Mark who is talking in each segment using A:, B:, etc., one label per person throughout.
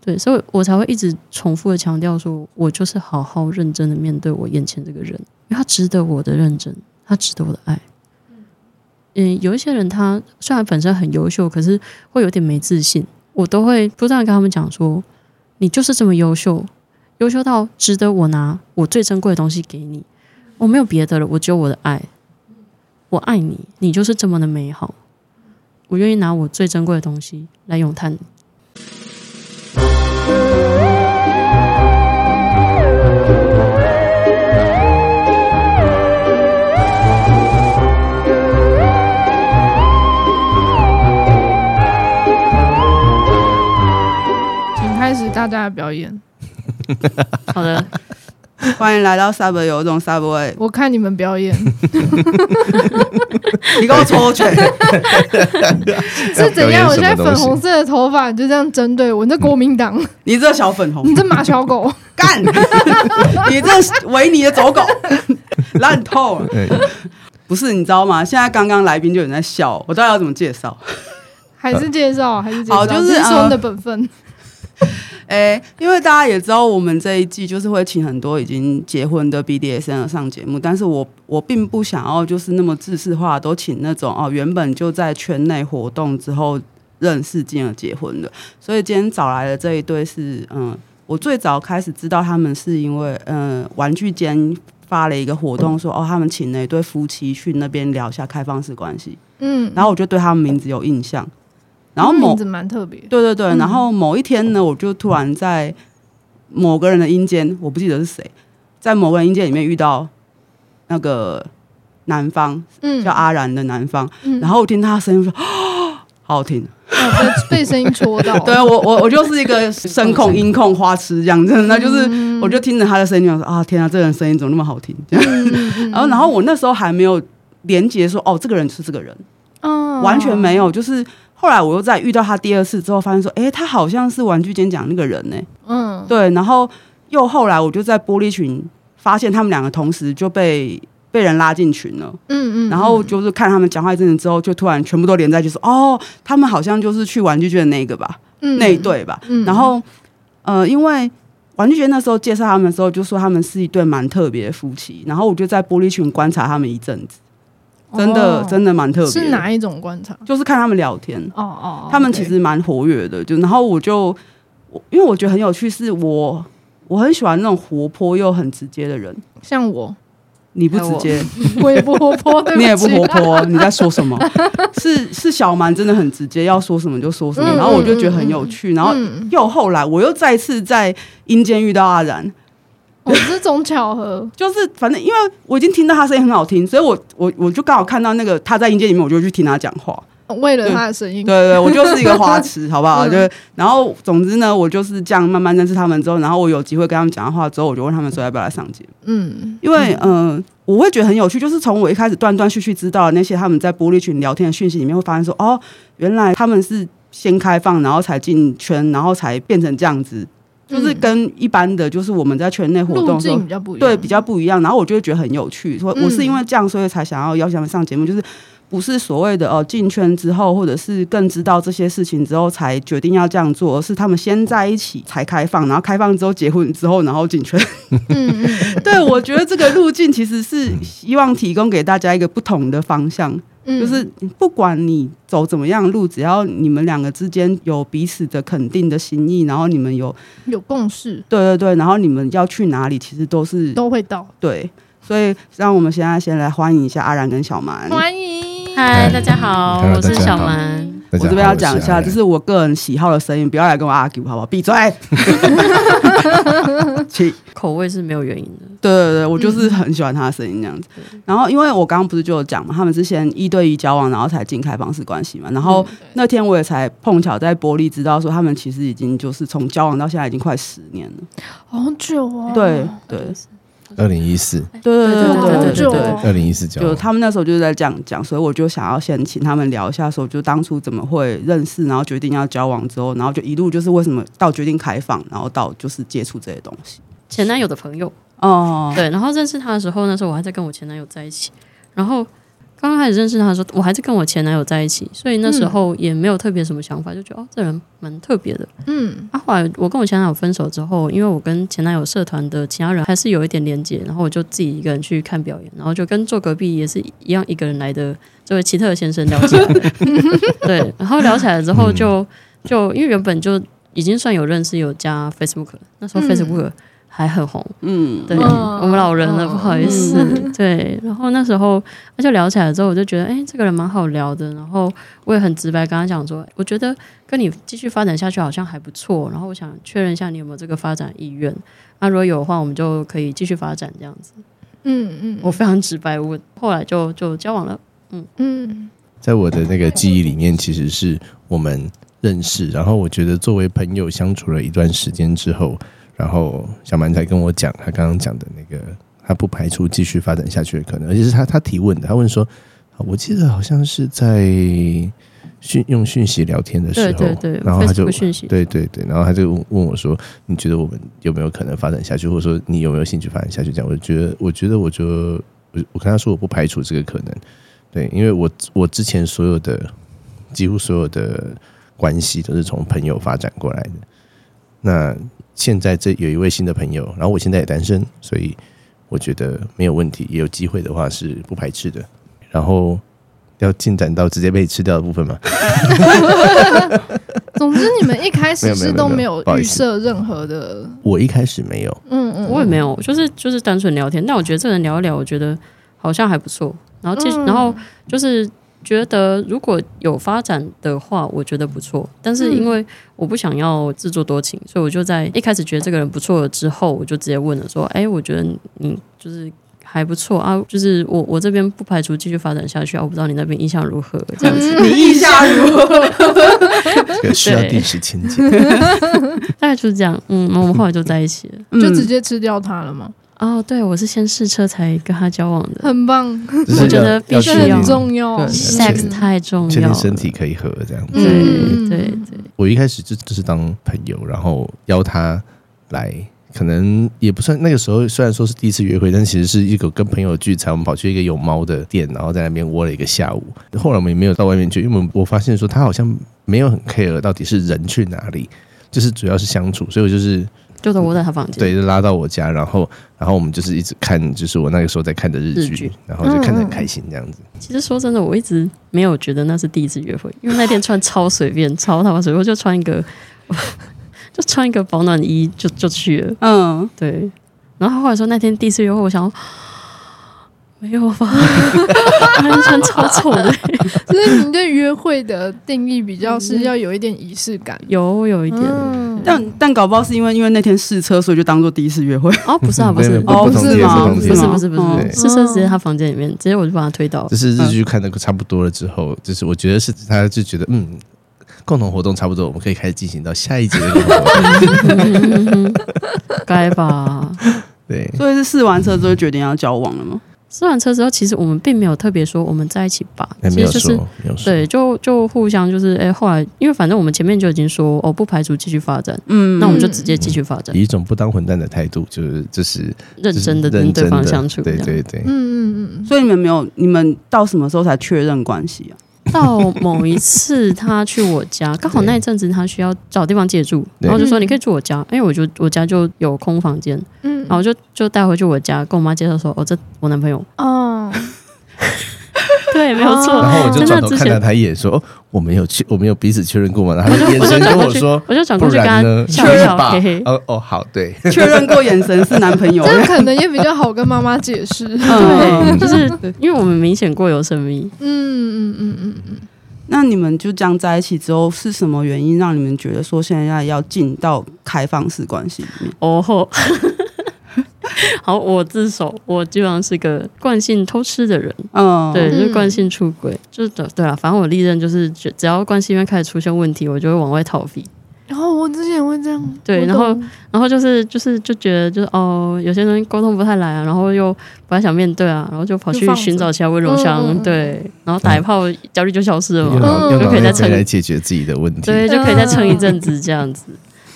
A: 对，所以我才会一直重复的强调说，我就是好好认真的面对我眼前这个人，因为他值得我的认真，他值得我的爱。嗯，有一些人他虽然本身很优秀，可是会有点没自信，我都会不断地跟他们讲说，你就是这么优秀，优秀到值得我拿我最珍贵的东西给你，我没有别的了，我只有我的爱，我爱你，你就是这么的美好，我愿意拿我最珍贵的东西来咏叹你。
B: 请开始大家的表演，
A: 好的，
C: 欢迎来到 Subway 有一种 Subway，
B: 我看你们表演，
C: 你给我搓拳，
B: 是怎样？
D: 表演什么
B: 我现在粉
D: 东西
B: 红色的头发你就这样针对我，你这国民 党，
C: 你这小粉红
B: 你这马小狗，
C: 干， 你这维尼的走狗， 烂透了。
D: 对，
C: 不是，你知道吗？现在刚刚来宾就有人在笑，我到底要怎么介绍？
B: 还是介绍，还是介绍，
C: 好就是
B: 这是
C: 呃
B: 我们的本分。
C: 哎，因为大家也知道，我们这一季就是会请很多已经结婚的 BDSM 上节目，但是我我并不想要就是那么自式化，都请那种哦原本就在圈内活动之后认识进而结婚的，所以今天找来的这一对是嗯，我最早开始知道他们是因为嗯玩具间。发了一个活动说，哦，他们请了一对夫妻去那边聊一下开放式关系，
B: 嗯，
C: 然后我就对他们名字有印象，然后某
B: 名字蛮特别，
C: 对对对，
B: 嗯
C: 然后某一天呢，我就突然在某个人的阴间，我不记得是谁，在某个人阴间里面遇到那个男方
B: 嗯，
C: 叫阿然的男方，
B: 嗯，
C: 然后我听他的声音说。 啊好好听，啊
B: 哦被被声音戳到，
C: 对啊我我我就是一 个声控音控花痴这样子，那就是
B: 嗯
C: 我就听着他的声音，我说啊天啊，这个人声音怎么那么好听？
B: 嗯，
C: 然后然后我那时候还没有连接说哦，这个人就是这个人，
B: 后
C: 完全没有。就是后来我又再遇到他第二次之后，发现说，诶，他好像是玩具间讲那个人呢、
B: 嗯，
C: 对，然后又后来我就在玻璃群发现他们两个同时就被被人拉进群了，
B: 嗯嗯，
C: 然后就是看他们讲话一阵子之后，就突然全部都连在一起说，哦，他们好像就是去玩具圈的那个吧，
B: 嗯
C: 那一，对吧，
B: 嗯
C: 然后呃，因为。玩具圈那时候介绍他们的时候，就说他们是一对蛮特别的夫妻。然后我就在玻璃群观察他们一阵子，真的、真
B: 的
C: 的蛮特别。
B: 哦是？哪一种观察？
C: 就是看他们聊天。
B: 哦哦，
C: 他们其实蛮活跃的，就然后我就我因为我觉得很有趣，是我我很喜欢那种活泼又很直接的人。
B: 对像我，
C: 你不直接，
B: 哎我也不活泼，对
C: 你也
B: 起
C: 不活，泼，啊你在说什么？ 是是小蛮真的很直接，要说什么就说什么。
B: 嗯
C: 然后我就觉得很有趣，然后
B: 嗯，
C: 又后来我又再次在阴间遇到阿然，
B: 哦，这种巧合，
C: 就是反正因为我已经听到他声音很好听，所以我我我就刚好看到那个他在阴间里面，我就去听他讲话。
B: 为了他的声音，
C: 嗯对对，我就是一个花 痴，好不好？
B: 嗯
C: 就是，然后总之呢，我就是这样慢慢认识他们之后，然后我有机会跟他们讲话之后，我就问他们说要不要来上节目，
B: 嗯，
C: 因为嗯、呃我会觉得很有趣，就是从我一开始断断续续知道的那些他们在玻璃群聊天的讯息里面，会发现说哦，原来他们是先开放，然后才进圈，然后才变成这样子，就是
B: 嗯
C: 跟一般的就是我们在圈内活动
B: 路
C: 的时候
B: 径比较不一样，
C: 对比较不一样，然后我就会觉得很有趣。说
B: 嗯
C: 我是因为这样，所以才想要邀请他们上节目，就是不是所谓的呃进圈之后，或者是更知道这些事情之后才决定要这样做，而是他们先在一起才开放，然后开放之后结婚之后，然后进 圈。
B: 嗯，嗯嗯
C: 对我觉得这个路径其实是希望提供给大家一个不同的方向，
B: 嗯，
C: 就是不管你走怎么样的路，只要你们两个之间有彼此的肯定的心意，然后你们有
B: 有共识
C: 对对对，然后你们要去哪里，其实都是
B: 都会到，
C: 对，所以让我们现在先来欢迎一下阿然跟小蛮。
B: 欢迎，
A: 嗨，大家好，
D: Hello，
A: 我是
D: 大家
A: 小
D: 好
A: 蛮。
D: 大
C: 我
D: 家
C: 这边
D: 好
C: 要讲一下，这是我个人喜好的声音，不要来跟我 argue 好不好？闭嘴！气！
A: 口味是没有原因的。
C: 对对对，我就是很喜欢他的声音这样子。然后，因为我刚刚不是就有讲嘛，他们之前一对一交往，然后才进开放式关系嘛。然后那天我也才碰巧在玻璃知道说，他们其实已经就是从交往到现在已经快十年了。
B: 好久哦，
C: 对对
D: 二零一四，
C: 对对对
A: 对
C: 对
B: 好
C: 对对
B: 久
C: 对。
B: 哦，
D: 二零一四交
C: 就
D: 往，
C: 嗯他们那时候就是在这样讲，所以我就想要先请他们聊一下，说就当初怎么会认识，然后决定要交往之后，然后就一路就是为什么到决定开放，然后到就是接触这些东西。
A: 前男友的朋友，
C: 哦，
A: 对，然后认识他的时候，那时候我还在跟我前男友在一起，然后刚开始认识他的时候，我还是跟我前男友在一起，所以那时候也没有特别什么想法，就觉得哦，这人蛮特别的。
B: 嗯
A: 啊，后来我跟我前男友分手之后，因为我跟前男友社团的其他人还是有一点连结，然后我就自己一个人去看表演，然后就跟坐隔壁也是一样一个人来的这位奇特先生聊 起来了。对，然后聊起来之后就就因为原本就已经算有认识，有加 Facebook，了那时候
B: 嗯
A: Facebook 还很红，
C: 嗯，
A: 对，
B: 嗯
A: 我们老人了，
B: 嗯
A: 不好意思。 对，然后那时候他就聊起来之后，我就觉得，哎、这个人蛮好聊的。然后我也很直白跟他讲说，哎我觉得跟你继续发展下去好像还不错。然后我想确认一下你有没有这个发展意愿。那如果有的话，我们就可以继续发展这样子。
B: 嗯
A: 我非常直白，我后来就就交往了。
B: 嗯
D: 在我的那个记忆里面，其实是我们认识，然后我觉得作为朋友相处了一段时间之后，然后小蛮才跟我讲他刚刚讲的那个，他不排除继续发展下去的可能，而且是他他提问的，他问说，啊我记得好像是在讯用讯息聊天的
A: 对
D: 时候，
A: 对对，
D: 然后他就
A: Facebook 讯息，
D: 对对对，然后他就问问我说：“你觉得我们有没有可能发展下去，或者说你有没有兴趣发展下去？”这样，我就觉得，我觉得我就我我跟他说，我不排除这个可能，对，因为我我之前所有的几乎所有的关系都是从朋友发展过来的。那现在这有一位新的朋友，然后我现在也单身，所以我觉得没有问题，也有机会的话是不排斥的。然后要进展到直接被吃掉的部分嘛，
B: 总之你们一开
D: 没
B: 始
D: 有没有
B: 是都
D: 没有
B: 没
D: 没有
B: 有
D: 不好意
B: 预
D: 思
B: 设任何的，
D: 我一开始没有，
B: 嗯嗯，
A: 我也没有，就是就是单纯聊天。但我觉得这人聊一聊，我觉得好像还不错。然后继、
B: 嗯
A: 然后就是觉得如果有发展的话，我觉得不错。但是因为我不想要自作多情，所以我就在一开始觉得这个人不错了之后，我就直接问了说：“哎，我觉得你就是。”还不错啊，就是我我这边不排除继续发展下去啊，我不知道你那边印象如何这样子，嗯
C: 你 意下如何？
D: 这个需要
A: 对
D: 第十情节。
A: 大概就是这样，嗯，我们后来就在一起了。
B: 就
C: 嗯
B: 直接吃掉它了吗？
A: 哦，对，我是先试车才跟他交往的，
B: 很棒，
D: 就是
A: 我觉
D: 要
A: 得必
D: 要
A: 须
B: 这
D: 确定
A: 要
B: 很重要
C: 对。
A: sex 太重
D: 确
A: 要
D: 定
A: 了，
D: 身体可以合这样。
A: 对
B: 嗯
A: 对对，
D: 我一开始就就是当朋友，然后邀他来，可能也不算那个时候，虽然说是第一次约会，但其实是一个跟朋友聚餐，我们跑去一个有猫的店，然后在那边窝了一个下午。后来我们也没有到外面去，因为我们我发现说他好像没有很 care 到底是人去哪里，就是主要是相处，所以我就是
A: 就在我在他房间，
D: 对，就拉到我家，然后然后我们就是一直看，就是我那个时候在看的日
A: 日
D: 剧，
A: 剧
D: 然后就看
B: 嗯嗯
D: 得很开心这样子。
A: 其实说真的，我一直没有觉得那是第一次约会，因为那天穿超随便，超他妈随便，我就穿一个，就穿一个保暖衣就就去了。
C: 嗯，
A: 对，然后他后来说那天第一次约会，我想说没有吧，那天穿超丑的，
B: 所以你对约会的定义比较
A: 嗯
B: 是要有一点仪式感，
A: 有有一点。
B: 嗯，
C: 但但搞不好是因为因为那天试车，所以就当做第一次约会。
A: 哦，不是啊，不是，
D: 没有
A: 不
D: 没有
C: 哦
D: 不同
B: 是
D: 天
B: 吗
D: 不同
A: 是
D: 天
A: 不是
C: 吗
A: 不是不
C: 哦
A: 是，是是直接他房间里面，直接我就把他推倒
D: 就。是日剧看的差不多了之后，就是我觉得是他就觉得嗯，共同活动差不多，我们可以开始进行到下一节的共同 活动。
A: 该吧？
D: 对，
C: 所以是试完车之后就决定要交往了吗？
A: 试完车之后，其实我们并没有特别说我们在一起吧，
D: 哎没
A: 其
D: 有
A: 实就是
D: 说，没有说，
A: 对，就就互相就是，哎、后来因为反正我们前面就已经说，哦，不排除继续发展，
C: 嗯，
A: 那我们就直接继续发展，
D: 以一种不当混蛋的态度，就是就是
A: 认真的
D: 就是
A: 跟
D: 认
A: 对
D: 真
A: 方
D: 的
A: 相处。
D: 对
A: 这样
D: 对对，
B: 嗯嗯嗯
C: 所以你们没有，你们到什么时候才确认关系啊？
A: 到某一次他去我 家，刚好
D: 对
A: 那一阵子他需要找地方借住，
D: 对
A: 然后就说你可以住我家，哎、我就我家就有空房间，
B: 嗯，
A: 然后我就就带回去我家，跟我妈介绍说，哦，这我男朋友，
B: 哦，
A: 对，没有错。
D: 然后我就
A: 在那
D: 转头
A: 之
D: 看
A: 前
D: 了他一眼，说：“哦，我们有确，我们有彼此确认过吗？”然后他就眼神跟我说
A: 我就：“转
D: 不
A: 过去跟
D: 然
A: 他
D: 呢？
A: 笑
D: 确
A: 一
D: 认
A: 笑，
D: 吧
A: 嘿 嘿。。
D: 哦哦，好，对，
C: 确认过眼神是男 朋友
B: 这，样可能也比较好跟妈妈解释。
A: 对，
C: 嗯
A: 就是因为我们明显过有神秘，
B: 嗯嗯嗯嗯嗯，
C: 那你们就这样在一起之后，是什么原因让你们觉得说现在要进到开放式关系里面？
A: 哦吼，好，我自首，我基本上是个惯性偷吃的人，
C: 嗯，
A: 对，就是
B: 嗯
A: 惯性出轨，就是对啊，反正我历任就是只只要关系里面开始出现问题，我就会往外逃避，
B: 然后我之前会这样，
A: 对
B: 我
A: 然后
B: 懂
A: 然后就是就是就觉得就是哦，有些东西沟通不太来啊，然后又不太想面对啊，然后就跑
B: 就
A: 去
B: 放着
A: 寻找其他温柔乡，
B: 嗯嗯嗯
A: 对，然后打一炮焦虑就消失了
D: 用
A: 嘛，
D: 脑
A: 就
D: 用脑
A: 嗯可以再
D: 袋
A: 撑
D: 来解决自己的问题。
A: 对，就可以再撑一阵子这样子。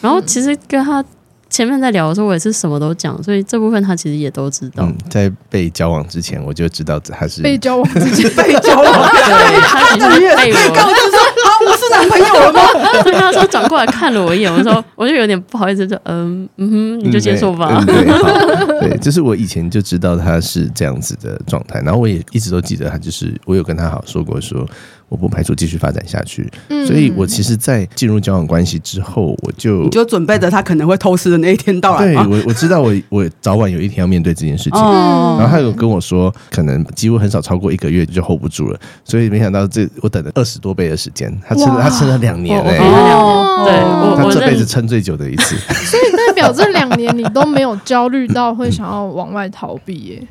A: 然后其实跟他前面在聊的时候，我也是什么都讲，所以这部分他其实也都知道。
D: 嗯，在被交往之前，我就知道他是
B: 被交往之 前，
C: 被交往，
A: 对，他其实是被
C: 告
A: 我，
C: 知说啊，我是男朋友了吗？
A: 所以他说转过来看了我一眼，我说我就有点不好意思，就嗯嗯哼，你就接受吧
D: 嗯。对，嗯对好对，就是我以前就知道他是这样子的状态，然后我也一直都记得他，就是我有跟他好说过说。我不排除继续发展下去，
B: 嗯
D: 所以我其实，在进入交往关系之后，我就
C: 你就准备着他可能会偷吃的那一天到来哦
D: 对
C: 吗？
D: 我我知道我我早晚有一天要面对这件事
B: 嗯
D: 情，
C: 哦
A: 嗯
D: 然后他有跟我说，可能几乎很少超过一个月就 hold 不住了，所以没想到这我等了二十多倍的时间，他撑了
B: 哇
D: 他撑了两年
A: 我
D: 哎、
A: 我
B: 哦
A: 对我
D: 他
A: 我
D: 这辈子
A: 认
D: 撑最久的一次，
B: 所以代表这两年你都没有焦虑到会想要往外逃避耶。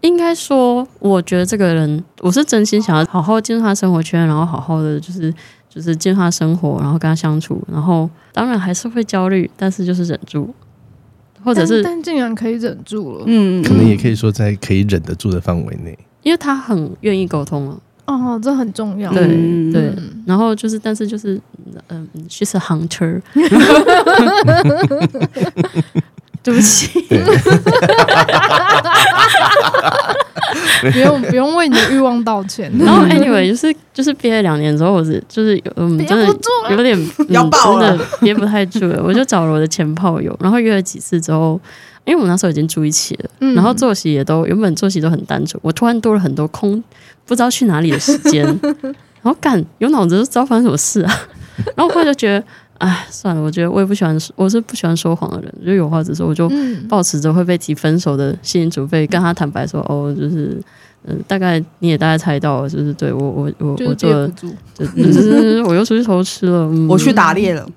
A: 应该说，我觉得这个人，我是真心想要好好进入他生活圈，然后好好的就是就是进入他生活，然后跟他相处，然后当然还是会焦虑，但是就是忍住， 或者是
B: 但但竟然可以忍住了，
C: 嗯
D: 可能也可以说在可以忍得住的范围内。
A: 因为他很愿意沟通啊了，
B: 哦，这很重要。
A: 对、
C: 嗯
A: 对
B: 嗯，
A: 然后就是但是就是嗯、she's a hunter，对不起，
B: 不 用不用为你的欲望道歉。
A: 然 后 anyway 就是就是憋了两年之后，我是就是有嗯
B: 憋
A: 真的
B: 不住了
A: 有点、 嗯、
C: 要爆了
A: 真的憋不太住了，我就找了我的前炮友，然后约了几次之后，因为我们那时候已经住一起了，
B: 嗯
A: 然后作息也都原本作息都很单纯，我突然多了很多空不知道去哪里的时 间，然后干有脑子就知道发生什么事啊， 然后我后来就觉得哎算了，我觉得我也不喜欢，我是不喜欢说谎的人，就有话直说，我就
B: 嗯，
A: 抱持着会被提分手的心理准备，跟他坦白说，哦，就是，嗯、大概你也大概猜到，就是对我我我
B: 就
A: 我
B: 是
A: 做
B: 憋
A: 了
B: 不，住，
A: 就就是 我又出去偷吃了，嗯、
C: 我去打猎了，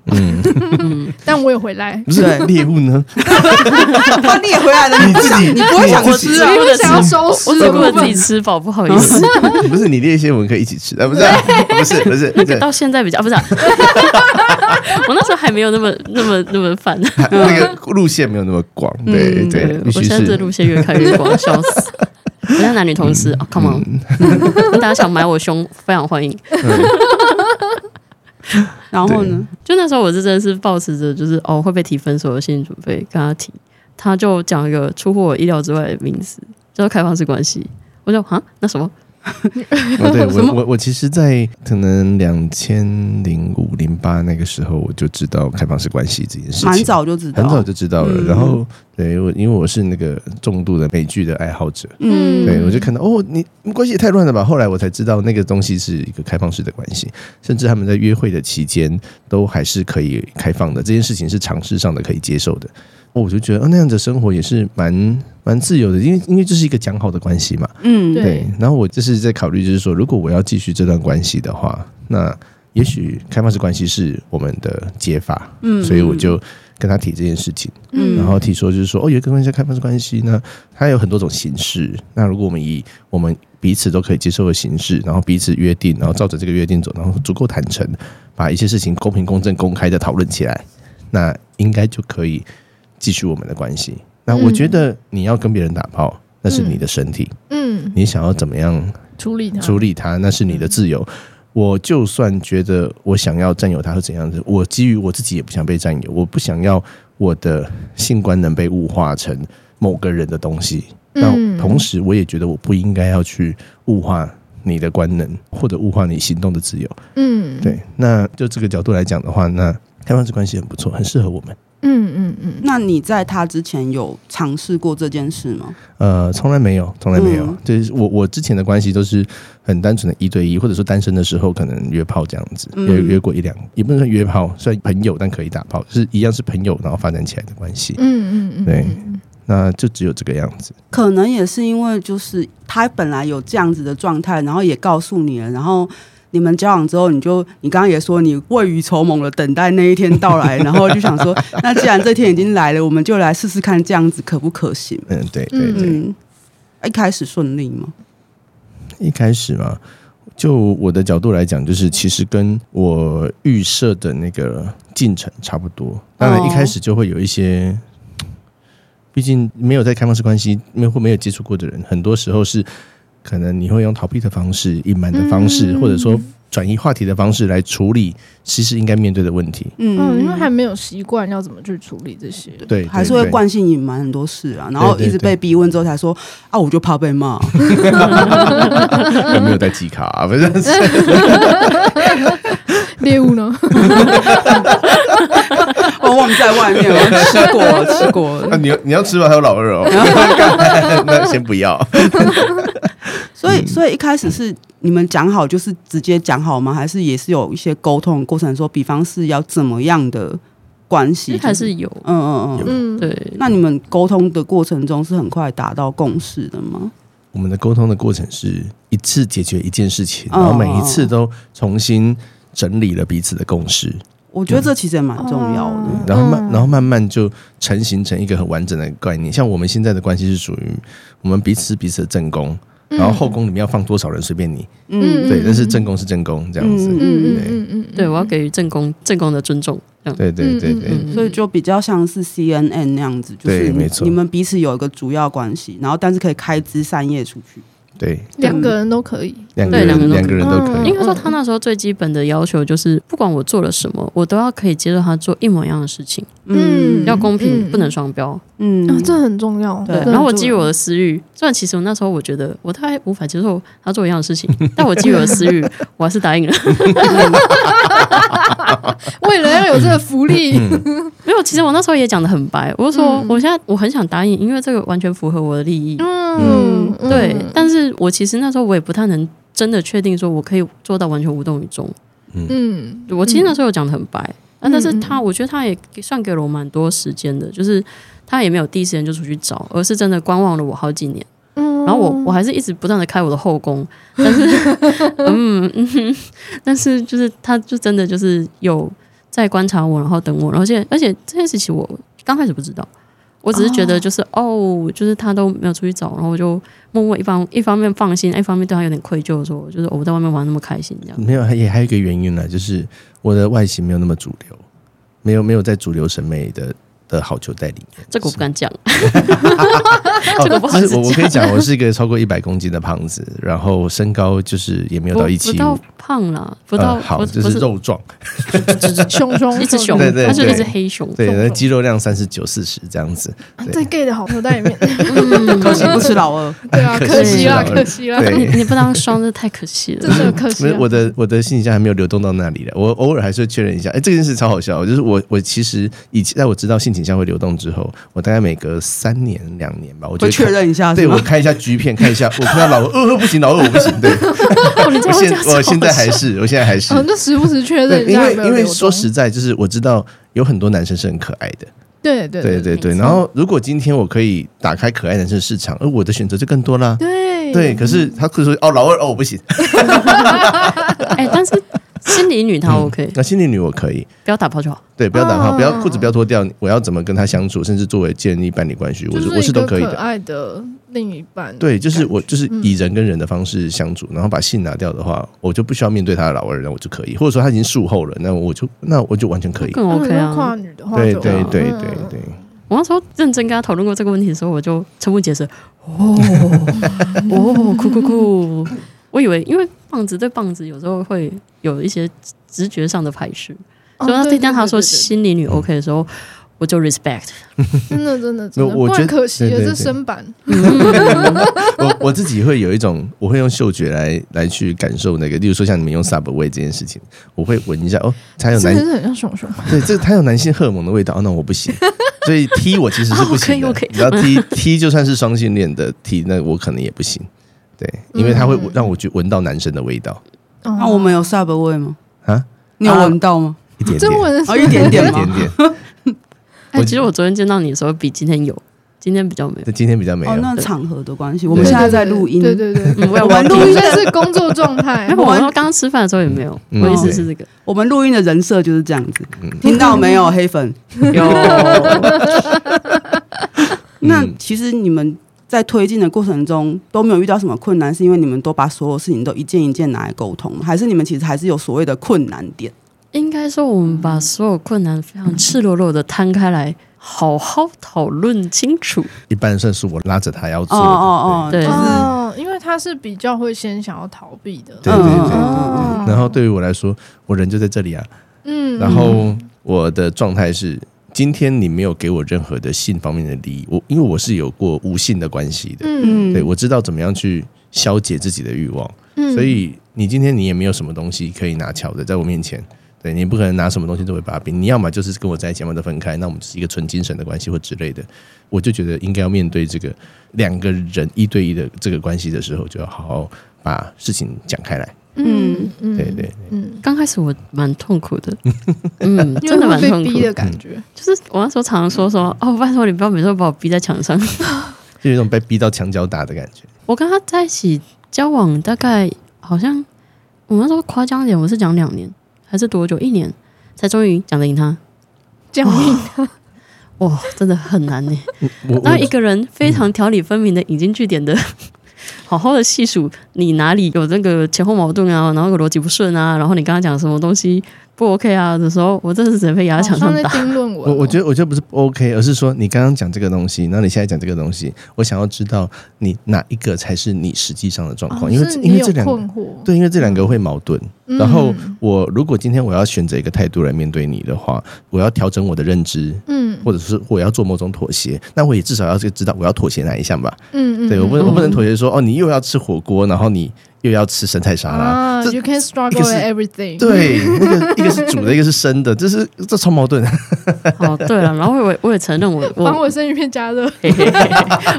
D: 嗯，
B: 但我也回来。
D: 不是猎物呢？
C: 他猎回来了，你不想，你不会想
A: 我
C: 吃
A: 只
C: 啊？
A: 顾
B: 我
A: 着
B: 想要
A: 吃，
B: 收拾
A: 我只
B: 的
A: 顾
B: 部
A: 着
B: 分，
A: 自己吃饱，不好意 思，
D: 不是你猎一些，我们可以一起吃啊？不是啊，不是，不是，不是
A: 到现在比较、啊不是啊、 我那时候还没有那么那么那么烦，
D: 那个路线没有那么广，对
C: 嗯
D: 对，必
A: 我
D: 须
A: 现在这
D: 是
A: 路线越开越广，笑死。 我现在男女同
B: 嗯
A: 事、啊 c o m e on，大家想买我胸，非常欢迎。
D: 嗯
C: 然后呢？
A: 就那时候我是真的是抱持着就是哦会被提分手的心理准备跟他提，他就讲一个出乎我意料之外的名词，叫做开放式关系。我就啊，那什么？
D: 哦，对我我我其实，在可能两千零五零八那个时候，我就知道开放式关系这件事情，
C: 蛮早就知道，
D: 很早就知道了。
C: 嗯
D: 然后对我，因为我是那个重度的美剧的爱好者，
C: 嗯，
D: 对我就看到哦，你你们关系也太乱了吧！后来我才知道那个东西是一个开放式的关系，甚至他们在约会的期间都还是可以开放的，这件事情是尝试上的可以接受的。哦我就觉得，哦，那样的生活也是蛮蛮自由的，因为因为这是一个讲好的关系嘛。
C: 嗯，
B: 对
D: 对，然后我就是在考虑，就是说，如果我要继续这段关系的话，那也许开放式关系是我们的解法，
C: 嗯
D: 所以我就跟他提这件事情，
C: 嗯
D: 然后提说就是说，哦，有一个关系叫开放式关系呢，它有很多种形式，那如果我们以我们彼此都可以接受的形式，然后彼此约定，然后照着这个约定走，然后足够坦诚，把一些事情公平、公正、公开的讨论起来，那应该就可以继续我们的关系。那我觉得你要跟别人打炮，那是你的身体，
B: 嗯，
D: 你想要怎么样
B: 处理它，
D: 处理它，那是你的自
B: 嗯
D: 由。我就算觉得我想要占有它是怎样子，我基于我自己也不想被占有，我不想要我的性观能被物化成某个人的东西。那
B: 嗯
D: 同时，我也觉得我不应该要去物化你的官能，或者物化你行动的自由。
B: 嗯，
D: 对，那就这个角度来讲的话，那开放式关系很不错，很适合我们。
B: 嗯，嗯嗯
C: 那你在他之前有尝试过这件事吗？
D: 呃，从来没有，从来没有。
C: 嗯
D: 就是我我之前的关系都是很单纯的一对一，或者说单身的时候可能约炮这样子，
C: 嗯
D: 约约过一两，也不能算约炮，算朋友，但可以打炮，就是一样是朋友，然后发展起来的关系。
B: 嗯嗯嗯，
D: 对，那就只有这个样子。
C: 可能也是因为就是他本来有这样子的状态，然后也告诉你了，然后你们交往之后，你就你刚刚也说你未雨绸缪的等待那一天到来，然后就想说，那既然这天已经来了，我们就来试试看这样子可不可行？
D: 嗯，对对对。
C: 嗯，一开始顺利吗？
D: 一开始嘛，就我的角度来讲，就是其实跟我预设的那个进程差不多。当然，一开始就会有一些，毕竟没有在开放式关系，没有或没有接触过的人，很多时候是可能你会用逃避的方式、隐瞒的方式，
B: 嗯
D: 或者说转移话题的方式来处理其实应该面对的问题。
B: 嗯，因为还没有习惯要怎么去处理这些。
D: 对，
C: 还是
D: 对
C: 会
D: 对
C: 惯性隐瞒很多事啊，然后一直被逼问之后才说啊，我就怕被 骂。
D: 有没有带记卡、啊，不是？
B: 猎物呢？
C: 我哦忘在外面，我吃过吃过。
D: 那你要你要吃完还有老二哦， 干那先不要。
C: 所
D: 嗯
C: 以所以一开始是你们讲好，就是直接讲好吗？还是也是有一些沟通过程，说比方是要怎么样的关系？
A: 还
C: 就是
A: 是有
C: 嗯嗯嗯。
B: 嗯，
A: 对，
C: 那你们沟通的过程中是很快达到共识的吗？
D: 我们的沟通的过程是一次解决一件事情，
C: 哦
D: 然后每一次都重新整理了彼此的共识，
C: 我觉得这其实也蛮重要的。
B: 哦
D: 然后慢，然后慢慢就成形成一个很完整的概念。像我们现在的关系是属于我们彼此彼此的正宫，
B: 嗯
D: 然后后宫里面要放多少人随便你，
C: 嗯，
D: 对，但是正宫是正宫这样子，
B: 嗯嗯
C: 嗯
B: 嗯嗯嗯，
A: 对我要给予正宫正宫的尊重，这样
D: 对对对
B: 嗯
D: 对，
A: 嗯
C: 所以就比较像是 CNN 那样子，就是
D: 对
C: 你
D: 没错
C: 你们彼此有一个主要关系，然后但是可以开枝散叶出去。
D: 对，
B: 两个人都可以。
D: 两个人
A: 对
D: 嗯两个人都
B: 嗯
D: 可
A: 应
D: 以，
A: 该说，他那时候最基本的要求就是，不管我做了什么，我都要可以接受他做一模一样的事情，
B: 嗯
A: 要公平，
B: 嗯
A: 不能双标。
C: 嗯
B: 啊，这很重要。
C: 对
B: 这很
A: 然后我
B: 重
A: 基于
B: 要
A: 我的私欲，虽然其实我那时候我觉得我大概无法接受他做一样的事情，但我基于我的私欲，我还是答应了。
B: 为了要有这个福利，
D: 嗯
A: 没有，其实我那时候也讲的很白，我就说
B: 嗯
A: 我现在我很想答应，因为这个完全符合我的利益。
B: 嗯，嗯
A: 对，但是我其实那时候我也不太能真的确定说我可以做到完全无动于衷。
B: 嗯，
A: 我其实那时候有讲的很白，那、
B: 嗯
A: 但是他我觉得他也算给了我蛮多时间的，就是他也没有第一时间就出去找，而是真的观望了我好几年。
B: 嗯，
A: 然后我我还是一直不断的开我的后宫，但是 嗯嗯哼，但是就是他就真的就是有在观察我，然后等我，而且而且这件事情我刚开始不知道。我只是觉得就是哦就是他都没有出去找，然后我就默默一方一方面放心，一方面对他有点愧疚，说就是、哦我在外面玩那么开心这样。
D: 没有，还也还有一个原因呢，就是我的外形没有那么主流，没有没有在主流审美的的好球袋里面。
A: 这个我不敢讲，
D: 哦
A: 这个不好意思
D: 啊就是我我可以讲，我是一个超过一百公斤的胖子，然后身高就是也没有到一
A: 不
D: 七
A: 到
D: 五，
A: 胖啦，不到、
D: 呃好，
A: 不
D: 就是是肉壮，
B: 熊熊
A: 一只熊，
D: 对对
A: 它是一只
D: 对
A: 黑熊。
D: 对，
B: 重
D: 那肌肉量三十九、四十这样子，
B: 啊在 gay 的好朋友袋里面，
A: 嗯
C: 可惜不吃老二。
B: 对啊，
D: 可
B: 可惜
A: 惜
B: 啦，
D: 了
B: 可惜啦，啊
D: 对
A: 你你不当双，这太可惜了
B: 真。的可惜啊
D: 没
B: 啦
A: 啊
D: 有，。我的我的信息箱还没有流动到那里了，我偶尔还是会确认一下。哎，这件事超好笑，就是我我其实以前在我知道性倾向会流动之后，我大概每隔三年两年吧，我就
C: 会
D: 会
C: 确
D: 看。
C: 认一下
D: 对，
C: 是
D: 我
C: 吗？
D: 看一下 G 片，看一下， 我看到老二、呃、不行，老二我不行。对，
A: 哦， 你这
D: 我
A: 样会这
D: 现
A: 样子
D: 我现在还是，我现在还是。
A: 哦
B: 嗯，就时不时确
D: 对，
B: 认一
D: 因
B: 下
D: 为
B: 有没有
D: 因为
B: 流动
D: 说实在，就是我知道有很多男生是很可爱的，
B: 对对
D: 对对对。
A: 没错
D: 然后如果今天我可以打开可爱男生的市场，而我的选择就更多啦。
B: 对嗯
D: 对，可是他可以说哦，老二哦，我不行。
A: 哎，但是心理女她 OK，
D: 嗯那心理女我可以，
A: 不要打炮就好。
D: 对，不要打
B: 哦
D: 炮，不要裤子不要脱掉，我要怎么跟他相处，甚至作为建立伴侣关系，我
B: 就是是
D: 我是
B: 一个
D: 都可以
B: 可
D: 的。
B: 爱的另一半，
D: 对，就是我就是
B: 嗯
D: 以人跟人的方式相处，然后把性拿掉的话，我就不需要面对他的老二，那我就可以，或者说他已经术后了，那我就那我就完全可以。
A: 更
B: 嗯。
A: OK
B: 如果跨
A: 啊！
B: 女的话
D: 对
B: 就，
D: 对对
B: 嗯
D: 对对，
A: 我那时候认真跟他讨论过这个问题的时候，我就瞠目 结舌。哦哦，酷酷酷！我以为因为棒子对棒子有时候会有一些直觉上的排斥，
B: 哦
A: 所以他
B: 对
A: 听到他说
B: 对对对
A: 心理女 OK 的时候，我就 respect。
B: 真的真的
D: 没
B: 真
D: 有
B: 的，
D: 我
B: 不
D: 觉
B: 然
D: 得
B: 可惜了
D: 对对
B: 这
D: 对
B: 身板，
D: 我我自己会有一种，我会用嗅觉来来去感受那个，例如说像你们用 Subway 这件事情，我会闻一下哦，它有
B: 真
D: 男
B: 的是很像熊熊。
D: 对，这它有男性荷尔蒙的味道，哦那我不行。所以 T 我其实是不行的，
A: 哦我可以我可以
D: 然后 T T 就算是双性恋的 T，那我可能也不行。对，因为它会
B: 嗯
D: 让我去闻到男生的味道
B: 那
C: 那我们有 sub 味吗？
D: 啊，
C: 你有闻到吗？
D: 一点点，
B: 中文
C: 哦，一点
D: 一
C: 点
D: 点
C: 吗？
D: 点。
A: 哎，
D: 我
A: 其实我昨天见到你的时候，比今天有，今天比较没有。
D: 那今天比较没有
C: 哦，，那场合的关系，我们
D: 对
C: 现在在录音，
B: 对对对，
A: 嗯我也
C: 我
A: 忘
C: 们
A: 记
C: 录
B: 录
C: 音
B: 音
C: 的
B: 是工作状态
A: 哎，，我刚刚吃饭的时候也没有，
D: 嗯
A: 我意思是这个。
C: 我们录音的人设就是这样子，听到没 有，黑粉？
A: 有，
D: 嗯
C: 那其实你们在推进的过程中都没有遇到什么困难，是因为你们都把所有事情都一件一件拿来沟通吗，还是你们其实还是有所谓的困难点？
A: 应该说，我们把所有困难非常赤裸裸的摊开来，好好讨论清楚。
D: 一般算是我拉着他要
C: 哦
D: 做的。
C: 哦哦，
A: 对
C: 就是
B: 哦，因为他是比较会先想要逃避的，
D: 对对对对对对
B: 哦
D: 然后对于我来说，我人就在这里啊。
B: 嗯，
D: 然后我的状态是，今天你没有给我任何的性方面的利益，我因为我是有过无性的关系的，
B: 嗯
D: 对我知道怎么样去消解自己的欲望，
B: 嗯，
D: 所以你今天你也没有什么东西可以拿巧的在我面前。对你不可能拿什么东西作为把柄，你要么就是跟我在一起，要么就分开，那我们只是一个纯精神的关系或之类的。我就觉得应该要面对这个两个人一对一的这个关系的时候，就要好好把事情讲开来。
B: 嗯嗯，
D: 对对，
B: 嗯，
A: 刚开始我蛮痛苦 的，嗯，
B: 因为
A: 真的蛮
B: 会
A: 痛
B: 被
A: 苦
B: 逼。的感觉，
A: 就是我那时候常常说说，哦，拜托你不要每次都把我逼在墙上。
D: 就有一种被逼到墙角打的感觉。
A: 我跟他在一起交往大概好像，我那时候夸张一点，我是讲两年还是多久？一年才终于讲得赢他。
B: 这样命
A: 哇、真的很难 呢。
D: 我
A: 然后一个人非常条理分明的引经据典的， 好好的细数你哪里有那个前后矛盾啊，然后有逻辑不顺啊，然后你刚刚讲什么东西不 OK 啊的时候，我真的是只能被压在墙上
B: 好像在
A: 打。
B: 听论文哦，
D: 我我觉得我觉得不是不 OK，而是说你刚刚讲这个东西，然后你现在讲这个东西，我想要知道你哪一个才是你实际上的状况，
B: 哦
D: 因为
B: 是
D: 这
B: 你
D: 因为
B: 有
D: 这两个
B: 困惑，
D: 对，因为这两个会矛盾。
B: 嗯，
D: 然后我如果今天我要选择一个态度来面对你的话，我要调整我的认知。
B: 嗯
D: 或者是我要做某种妥协，那我也至少要知道我要妥协哪一项吧。
B: 嗯嗯，
D: 对我不
B: 嗯
D: 能我不能妥协说哦，你又要吃火锅，然后你又要吃生菜沙拉，
B: 啊
D: 这
B: ，You can
D: 一
B: struggle
D: 个是
B: with everything，，
D: 对，那个一个是煮的，一个是生的，这 是这超矛盾。
A: 哦，对了，然后我也我也承认我
B: 帮
A: 我
B: 我生鱼片加热，
A: 嘿嘿嘿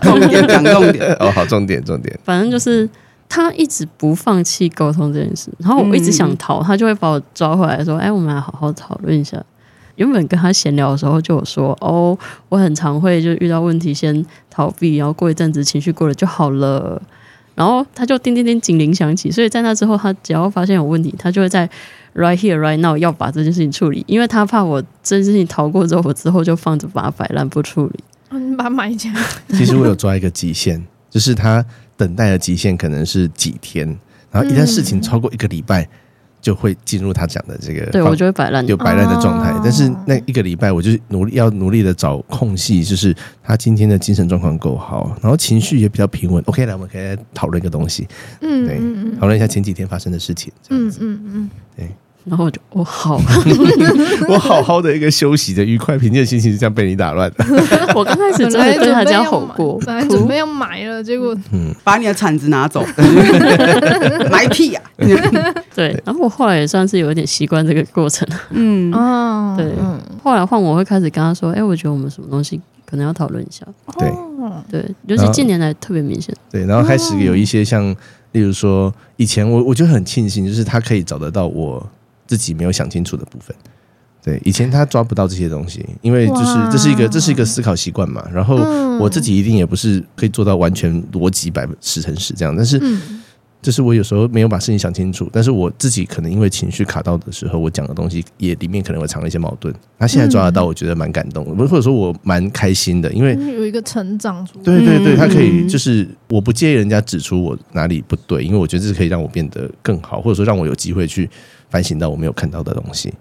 C: 重点讲重点，
D: 哦，好，重点重点，
A: 反正就是他一直不放弃沟通这件事，然后我一直想逃，他就会把我抓回来，说：“哎，我们来好好讨论一下。”原本跟他闲聊的时候就有说：“哦，我很常会就遇到问题先逃避，然后过一阵子情绪过了就好了。”然后他就叮叮叮警铃响起，所以在那之后，他只要发现有问题，他就会在 right here right now 要把这件事情处理，因为他怕我这件事情逃过之后，我之后就放着把它摆烂不处理。
B: 哦你把它买起来，
D: 其实我有抓一个极限，就是他等待的极限可能是几天，然后一旦事情超过一个礼拜，就会进入他讲的这个
A: 对
D: 方
A: 我就会啊摆烂。
D: 有摆烂的状态
B: 哦。
D: 但是那一个礼拜，我就是努力要努力的找空隙，就是他今天的精神状况够好，然后情绪也比较平稳。OK，来，我们可以来讨论一个东西，
B: 嗯
D: 对
B: 嗯
D: 讨论一下前几天发生的事情。这样
B: 嗯
D: 子，
B: 嗯
A: 然后我就哦好，
D: 我好好的一个休息的愉快平静的心情，就这样被你打乱了。
A: 我刚开始
B: 嗯，
A: 真
B: 本来
A: 的对
B: 准
A: 他
B: 备
A: 这样
B: 要
A: 吼
B: 买
A: 过，
B: 本来
A: 哭
B: 准备要买了，结果
C: 把你的铲子拿 走，买屁啊呀！
A: 对，然后我后来也算是有一点习惯这个过程。
C: 嗯，
B: 啊，
A: 对
B: 嗯
A: 后来换我会开始跟他说：“哎、我觉得我们什么东西可能要讨论一下。
D: 对
B: 哦”
A: 对，尤其近年来特别明显。
B: 嗯
D: 对，然后开始有一些像，例如说，以前我我就很庆幸，就是他可以找得到我自己没有想清楚的部分。对，以前他抓不到这些东西，因为就是
B: 哇
D: 这是一个这是一个思考习惯嘛。然后
B: 嗯
D: 哦我自己一定也不是可以做到完全逻辑百分十成十这样，但是
B: 嗯
D: 就是我有时候没有把事情想清楚，但是我自己可能因为情绪卡到的时候，我讲的东西也里面可能会藏了一些矛盾。他现在抓得
B: 嗯
D: 到，我觉得蛮感动的，或者说我蛮开心的，因为
B: 就是嗯有一个成长出来，
D: 对对对，
C: 嗯
D: 他可以就是我不介意人家指出我哪里不对，因为我觉得这是可以让我变得更好，或者说让我有机会去反省到我没有看到的东西。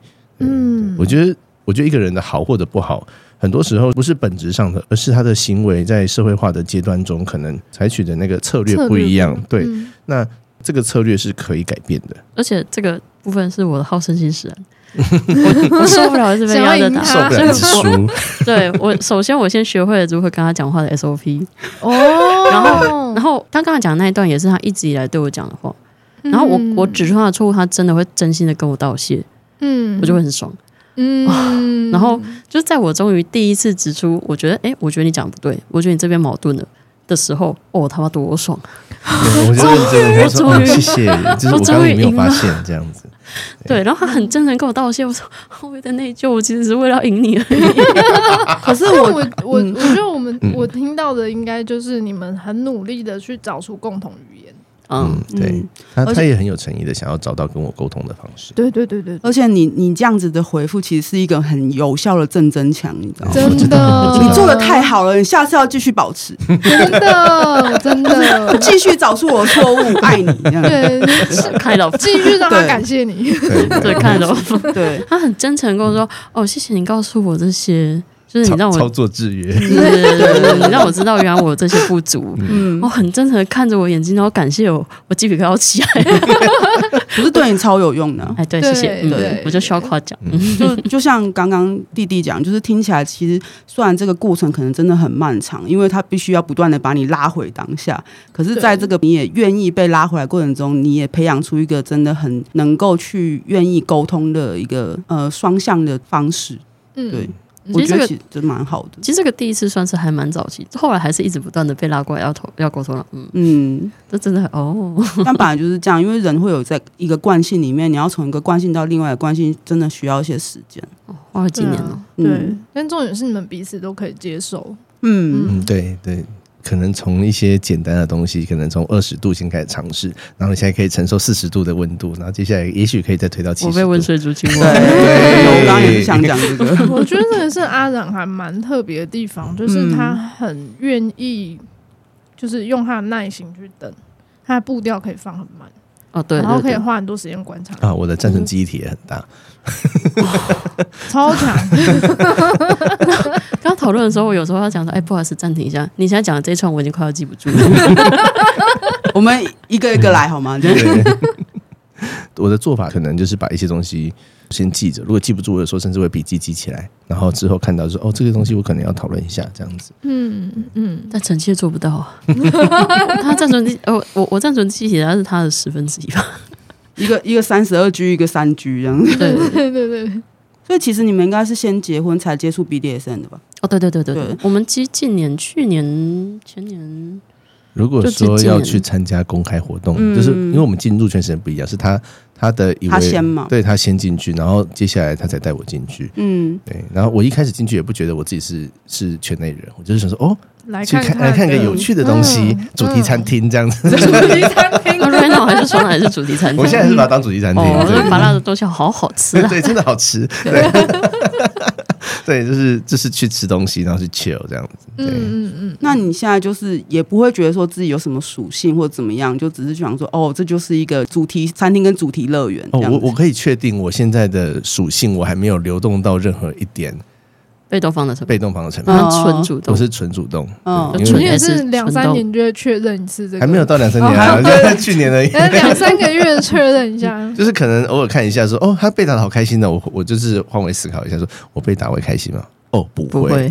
B: 嗯，
D: 我觉得，我觉得一个人的好或者不好，很多时候不是本质上的，而是他的行为在社会化的阶段中，可能采取的那个策略
B: 策略
D: 不一样。对，
B: 嗯
D: 那这个策略是可以改变的。
A: 而且这个部分是我的好胜心使 然，我我受不了一直被压着打。
B: 啊
D: 受不了一直输，
A: 对我，首先我先学会了如何跟他讲话的 SOP，
B: 哦，
A: 然后然后他刚才讲的那一段也是他一直以来对我讲的话。然后我
B: 嗯
A: 我指出他的错误，他真的会真心的跟我道谢，
B: 嗯，
A: 我就会很爽。
B: 嗯，
A: 然后就是在我终于第一次指出，我觉得，哎，我觉得你讲不对，我觉得你这边矛盾了的时候，哦，他妈多爽！
D: 对 我就认真地跟他说：“
A: 终于
D: 哦谢谢， 就是我刚刚也没有发现这样子。”
A: 对，然后
B: 嗯
A: 他很真诚跟我道歉，我说我有点内疚，我其实是为了要赢你而已。
C: 可是
B: 但我
C: 我
B: 我我觉得我们
D: 嗯
B: 我听到的应该就是你们很努力的去找出共同语言，
A: 嗯
D: 嗯，对
C: 嗯
D: 他
C: 而且
D: 他也很有诚意的想要找到跟我沟通的方式。
B: 对对对对，对
C: 而且你你这样子的回复，其实是一个很有效的正增强，你知道吗？
D: 我知
B: 真
D: 道
B: 的，
A: 嗯
D: 我知道
C: 你做的太，好了，你下次要继续保 持，
B: 真的真的，
C: 继续找出我的错误，爱你这样。
B: 对，你
A: 开了，
B: 继续让他
C: 对
B: 感谢你，
D: 对
A: 嗯对，开了。
C: 对，
A: 他很真诚地跟我说：“哦，谢谢你告诉我这些，就是你让嗯我
D: 操操作制约，
A: 对对对对对，你让我知道原来我有这些不足。嗯，我很真诚的看着我眼睛，然后感谢我，我鸡皮疙瘩要起来。
C: 不是对你超有用的啊。
A: 哎，对，谢
B: 对
A: 谢，嗯
B: 对，
A: 我就需要夸奖。
C: 就就像刚刚弟弟讲，就是听起来其实虽然这个过程可能真的很漫长，因为他必须要不断的把你拉回当下，可是在这个你也愿意被拉回来过程中，你也培养出一个真的很能够去愿意沟通的一个呃双向的方式。
B: 嗯，
C: 对，
A: 嗯
C: 我觉得
A: 其
C: 其实蛮好的。
A: 其实这个第一次算是还蛮早期，后来还是一直不断的被拉过来要投要沟通了。嗯，
C: 嗯，
A: 这真的很哦，
C: 但本来就是这样，因为人会有在一个惯性里面，你要从一个惯性到另外的惯性，真的需要一些时间。
A: 花了几
B: 对啊
A: 年哦了。
B: 对
C: 嗯，
B: 但重点是你们彼此都可以接受，
C: 嗯
D: 嗯，对对，可能从一些简单的东西，可能从二十度先开始尝试，然后你现在可以承受四十度的温度，然后接下来也许可以再推到七十。
A: 我被温，水煮青
C: 对，
A: 蛙。
C: 我刚刚也是想讲这 个。
B: 我觉得这个是阿染还蛮特别的地方，就是他很愿意，就是用他的耐心去等，他的步调可以放很慢，
A: 哦，对
B: 然后
A: 对
B: 可以
A: 对，
B: 花很多时间观察，
D: 啊，我的战胜记忆体也很大。
B: 超强，
A: 刚讨论的时候，我有时候要讲说，哎，不好意思，暂停一下，你现在讲的这一串我已经快要记不住 了。
C: 我们一个一个来好吗？
A: 嗯
C: 这样
D: 对， 我的做法可能就是把一些东西先记着，如果记不住，我有时候甚至会笔记记起来，然后之后看到说哦，这个东西我可能要讨论一下，这样子。
B: 嗯嗯，
A: 但臣妾做不到 啊，他暂存记，哦，我我暂存记起来是他的十分之一吧。
C: 一个一个三十二 G，一个三 G 这 样。
A: 对对对
B: 对对对，
C: 所以其实你们应该是先结婚才接触 BDSN 的吧？
A: 哦，对对对对，对
C: 对
A: 我们近近年、去年、前年，
D: 如果
A: 就嗯直
D: 说
A: 接
D: 要去参加公开活动，就是因为我们进入圈时间不一样，是他他的一位
C: 他先嘛
D: 对他先进去，然后接下来他才带我进去。
C: 嗯，
D: 对，然后我一开始进去也不觉得我自己是是圈内人，我就是想说哦，
B: 来
D: 去
B: 看嗯
D: 看来看个有趣的东西，主题餐，厅这样
B: 嗯
D: 子。
B: 嗯 主题餐厅
A: 那 r e n o 还是双还是主题餐厅？
D: 我现在还是把它当主题餐厅，
A: 嗯哦，
D: 对
A: 那麻辣的东西好好吃啊！
D: 对，真的好吃，对， 对，就是就是去吃东西，然后去 chill 这样子，对，
B: 嗯嗯
C: 那你现在就是也不会觉得说自己有什么属性或怎么样，就只是想说哦，这就是一个主题餐厅跟主题乐园这
D: 哦，
C: 样
D: 我
C: 子
D: 我可以确定我现在的属性，我还没有流动到任何一点
A: 被动方的什么？
D: 被动方的成分，
A: 我们纯主动
D: 我，是纯主动，
C: 哦
B: 嗯，
D: 对因
A: 纯
B: 你
D: 为
B: 也
A: 也
B: 是
A: 是
B: 两三年就会确认一次这个，
D: 还没有，到两三年啊，去年而已。，
B: 呃，两三个月确认一下 哦
D: 就是可能偶尔看一下说，哦，他被打的好开心的，我我就是换位思考一下说，我被打会开心吗？哦，不
A: 不会，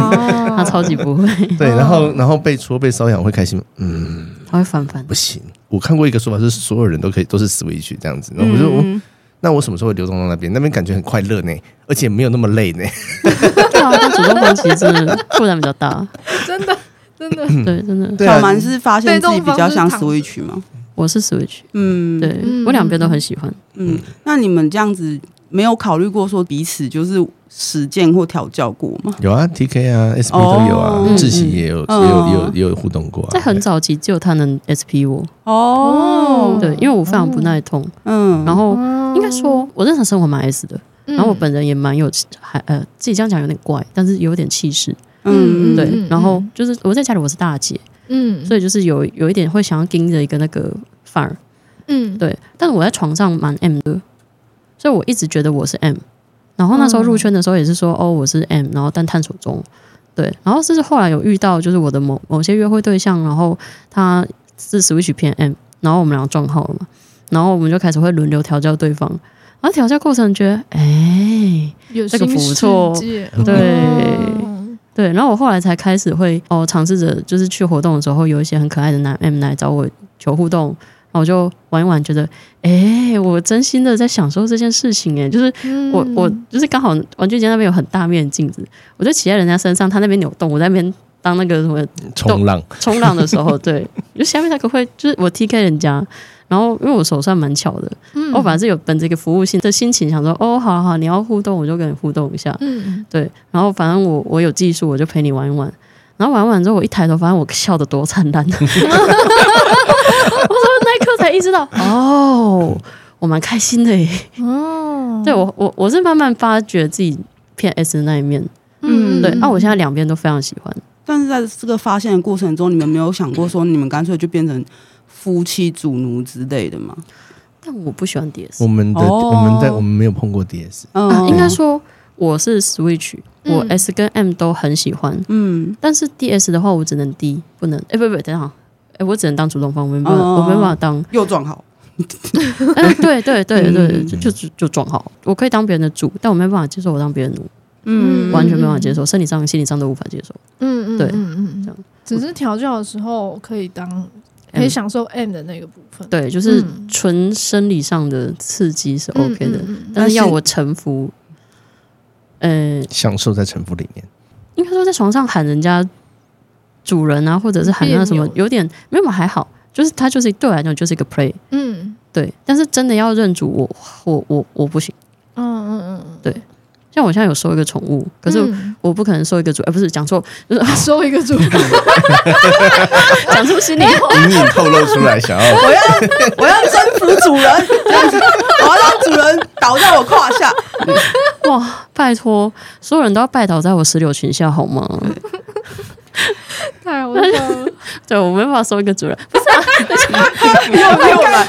B: 哦
A: 他超级不会，
D: 对，
C: 哦
D: 然后然后被戳被瘙痒会开心吗？嗯，
A: 他会反反
D: 不。行。我看过一个说法是，所有人都可以都是 switch 这样子，然后我就、哦
C: 嗯
D: 那我什么时候会流动到那边？那边感觉很快乐呢，而且没有那么累呢。
A: 对啊，但主动方其实真的负担比较大。
B: 真的真 的，
A: 对，真的，
D: 对
C: 小
D: 啊，
C: 蛮是发现自己比较像
B: 被动方式
C: Switch 吗？
A: 我是 Switch，
C: 嗯，
A: 对
B: 嗯
A: 我两边都很喜欢。
C: 嗯，那你们这样子没有考虑过说彼此就是实践或调教过吗？
D: 有啊，TK 啊，SP
C: 哦
D: 都有啊，
A: 嗯
D: 窒息也有，
C: 嗯
D: 也有，也有，也有互动过、啊。
A: 在很早期只有他能 SP 我，
C: 哦，
A: 对，因为我非常不耐痛，
C: 嗯，
A: 然后
B: 哦
A: 应该说我日常生活蛮 S 的，
B: 嗯
A: 然后我本人也蛮有还呃自己这样讲有点怪，但是有点气势。
C: 嗯，
A: 对，
B: 嗯
A: 然后
B: 嗯
A: 就是我在家里我是大姐，
B: 嗯，
A: 所以就是有有一点会想要盯着一个那个范儿，
B: 嗯，
A: 对。但是我在床上蛮 M 的，所以我一直觉得我是 M。然后那时候入圈的时候也是说，哦，我是 M，然后但探索中，对。然后就是后来有遇到就是我的某某些约会对象，然后他是 Switch 偏 M，然后我们俩撞号了嘛，然后我们就开始会轮流调教对方。然后调教过程觉得，哎、
B: 有
A: 这个
B: 新
A: 不
B: 世
A: 错
B: 界
A: 对
B: 哦
A: 对，然后我后来才开始会哦，尝试着就是去活动的时候，有一些很可爱的男 M 来找我求互动，然后我就玩一玩，觉得哎、我真心的在享受这件事情、哎，就是
B: 嗯
A: 我我就是刚好玩具间那边有很大面的镜子，我就骑在人家身上，他那边扭动，我在那边当那个什么
D: 冲浪，
A: 冲浪的时候，对，就下面那个会就是我 TK 人家，然后因为我手算蛮巧的，
B: 嗯
A: 我反正有本着一个服务性的心情，想说哦，好好，你要互动我就跟你互动一下，
B: 嗯
A: 对，然后反正我我有技术，我就陪你玩一玩。然后玩完之后，我一抬头发现我笑得多灿烂，我说那一刻才意识到，哦，我蛮开心的耶。
B: 哦，
A: 对我我我是慢慢发觉自己偏 S 的那一面，
C: 嗯
A: 对，啊，我现在两边都非常喜欢。
C: 但是在这个发现的过程中，你们没有想过说你们干脆就变成夫妻主奴之类的吗？
A: 但我不喜欢 DS，
D: 我们的、
C: 哦
D: 我们在我们没有碰过 DS，
A: 啊
C: 嗯，
A: 应该说我是 Switch，我
B: 嗯
A: S 跟 M 都很喜欢，
C: 嗯，
A: 但是 DS 的话我只能 D，不能，哎、不不，等一下啊，哎、我只能当主动方，我没办法，
C: 哦
A: 我没办法当，
C: 又撞好，
A: 哎、对对对对，
C: 嗯
A: 就就就就撞好，我可以当别人的主，但我没办法接受我当别人的奴，
B: 嗯
A: 完全没办法接受，生理上、心理上都无法接受。
B: 嗯嗯，
A: 对
B: 嗯嗯
A: 这
B: 嗯
A: 样，嗯
B: 只是调教的时候可以当可以
A: M
B: 享受 M 的那个部分，
A: 对，就是
B: 嗯
A: 纯生理上的刺激是
B: 嗯
A: OK 的，
B: 嗯嗯嗯
A: 但是要我臣服，呃，
D: 享受在城府里面。
A: 应该说在床上喊人家主人啊，或者是喊那什么
B: 别，扭
A: 有点没有还好，就是他就是对我来讲就是一个 play，
B: 嗯
A: 对，但是真的要认主我，我我我不行。
B: 嗯嗯嗯
A: 像我现在有收一个宠物，可是
B: 嗯
A: 我不可能收一个主，哎、不是讲错，
B: 收一个主，
A: 讲出心里话，
D: 隐隐透露出来，想要
C: 我要我要征服主人，这样子，我要让主人倒在我胯下。
A: 哇，拜托，所有人都要拜倒在我石榴裙下好 吗？
B: 太好笑了，
A: 对我没办法收一个 主人，
C: 你有没有来？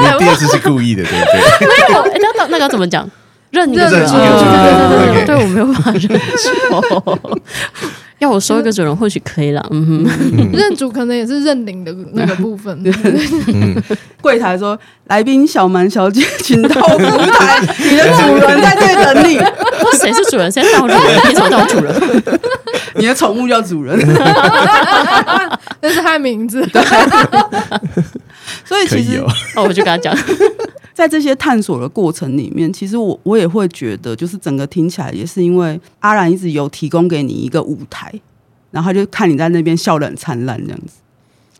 D: 你第二次是故意的，对 不对？
A: 没有，哎，那那那个要怎么讲？认主，
B: 认
A: 对
B: 主
A: 对对对对对
D: OK
A: 对，我没有办法认 主。要我收一个主人，或许可以啦。嗯哼，
B: 认主可能也是认领的那个部分，
C: 柜台说：“来宾小蛮小姐，请到服务 台，你的主人在这里等你，
A: 谁是主人？谁是当主人？凭什么当我主人？
C: 你的宠物叫主 人。
B: 那是他的名字，”
C: 所以
D: 可
C: 其
D: 以
C: 实
D: 哦，
A: 哦，我就跟他讲，
C: 在这些探索的过程里面，其实我我也会觉得，就是整个听起来也是因为阿然一直有提供给你一个舞台，然后他就看你在那边笑得很灿烂这样子。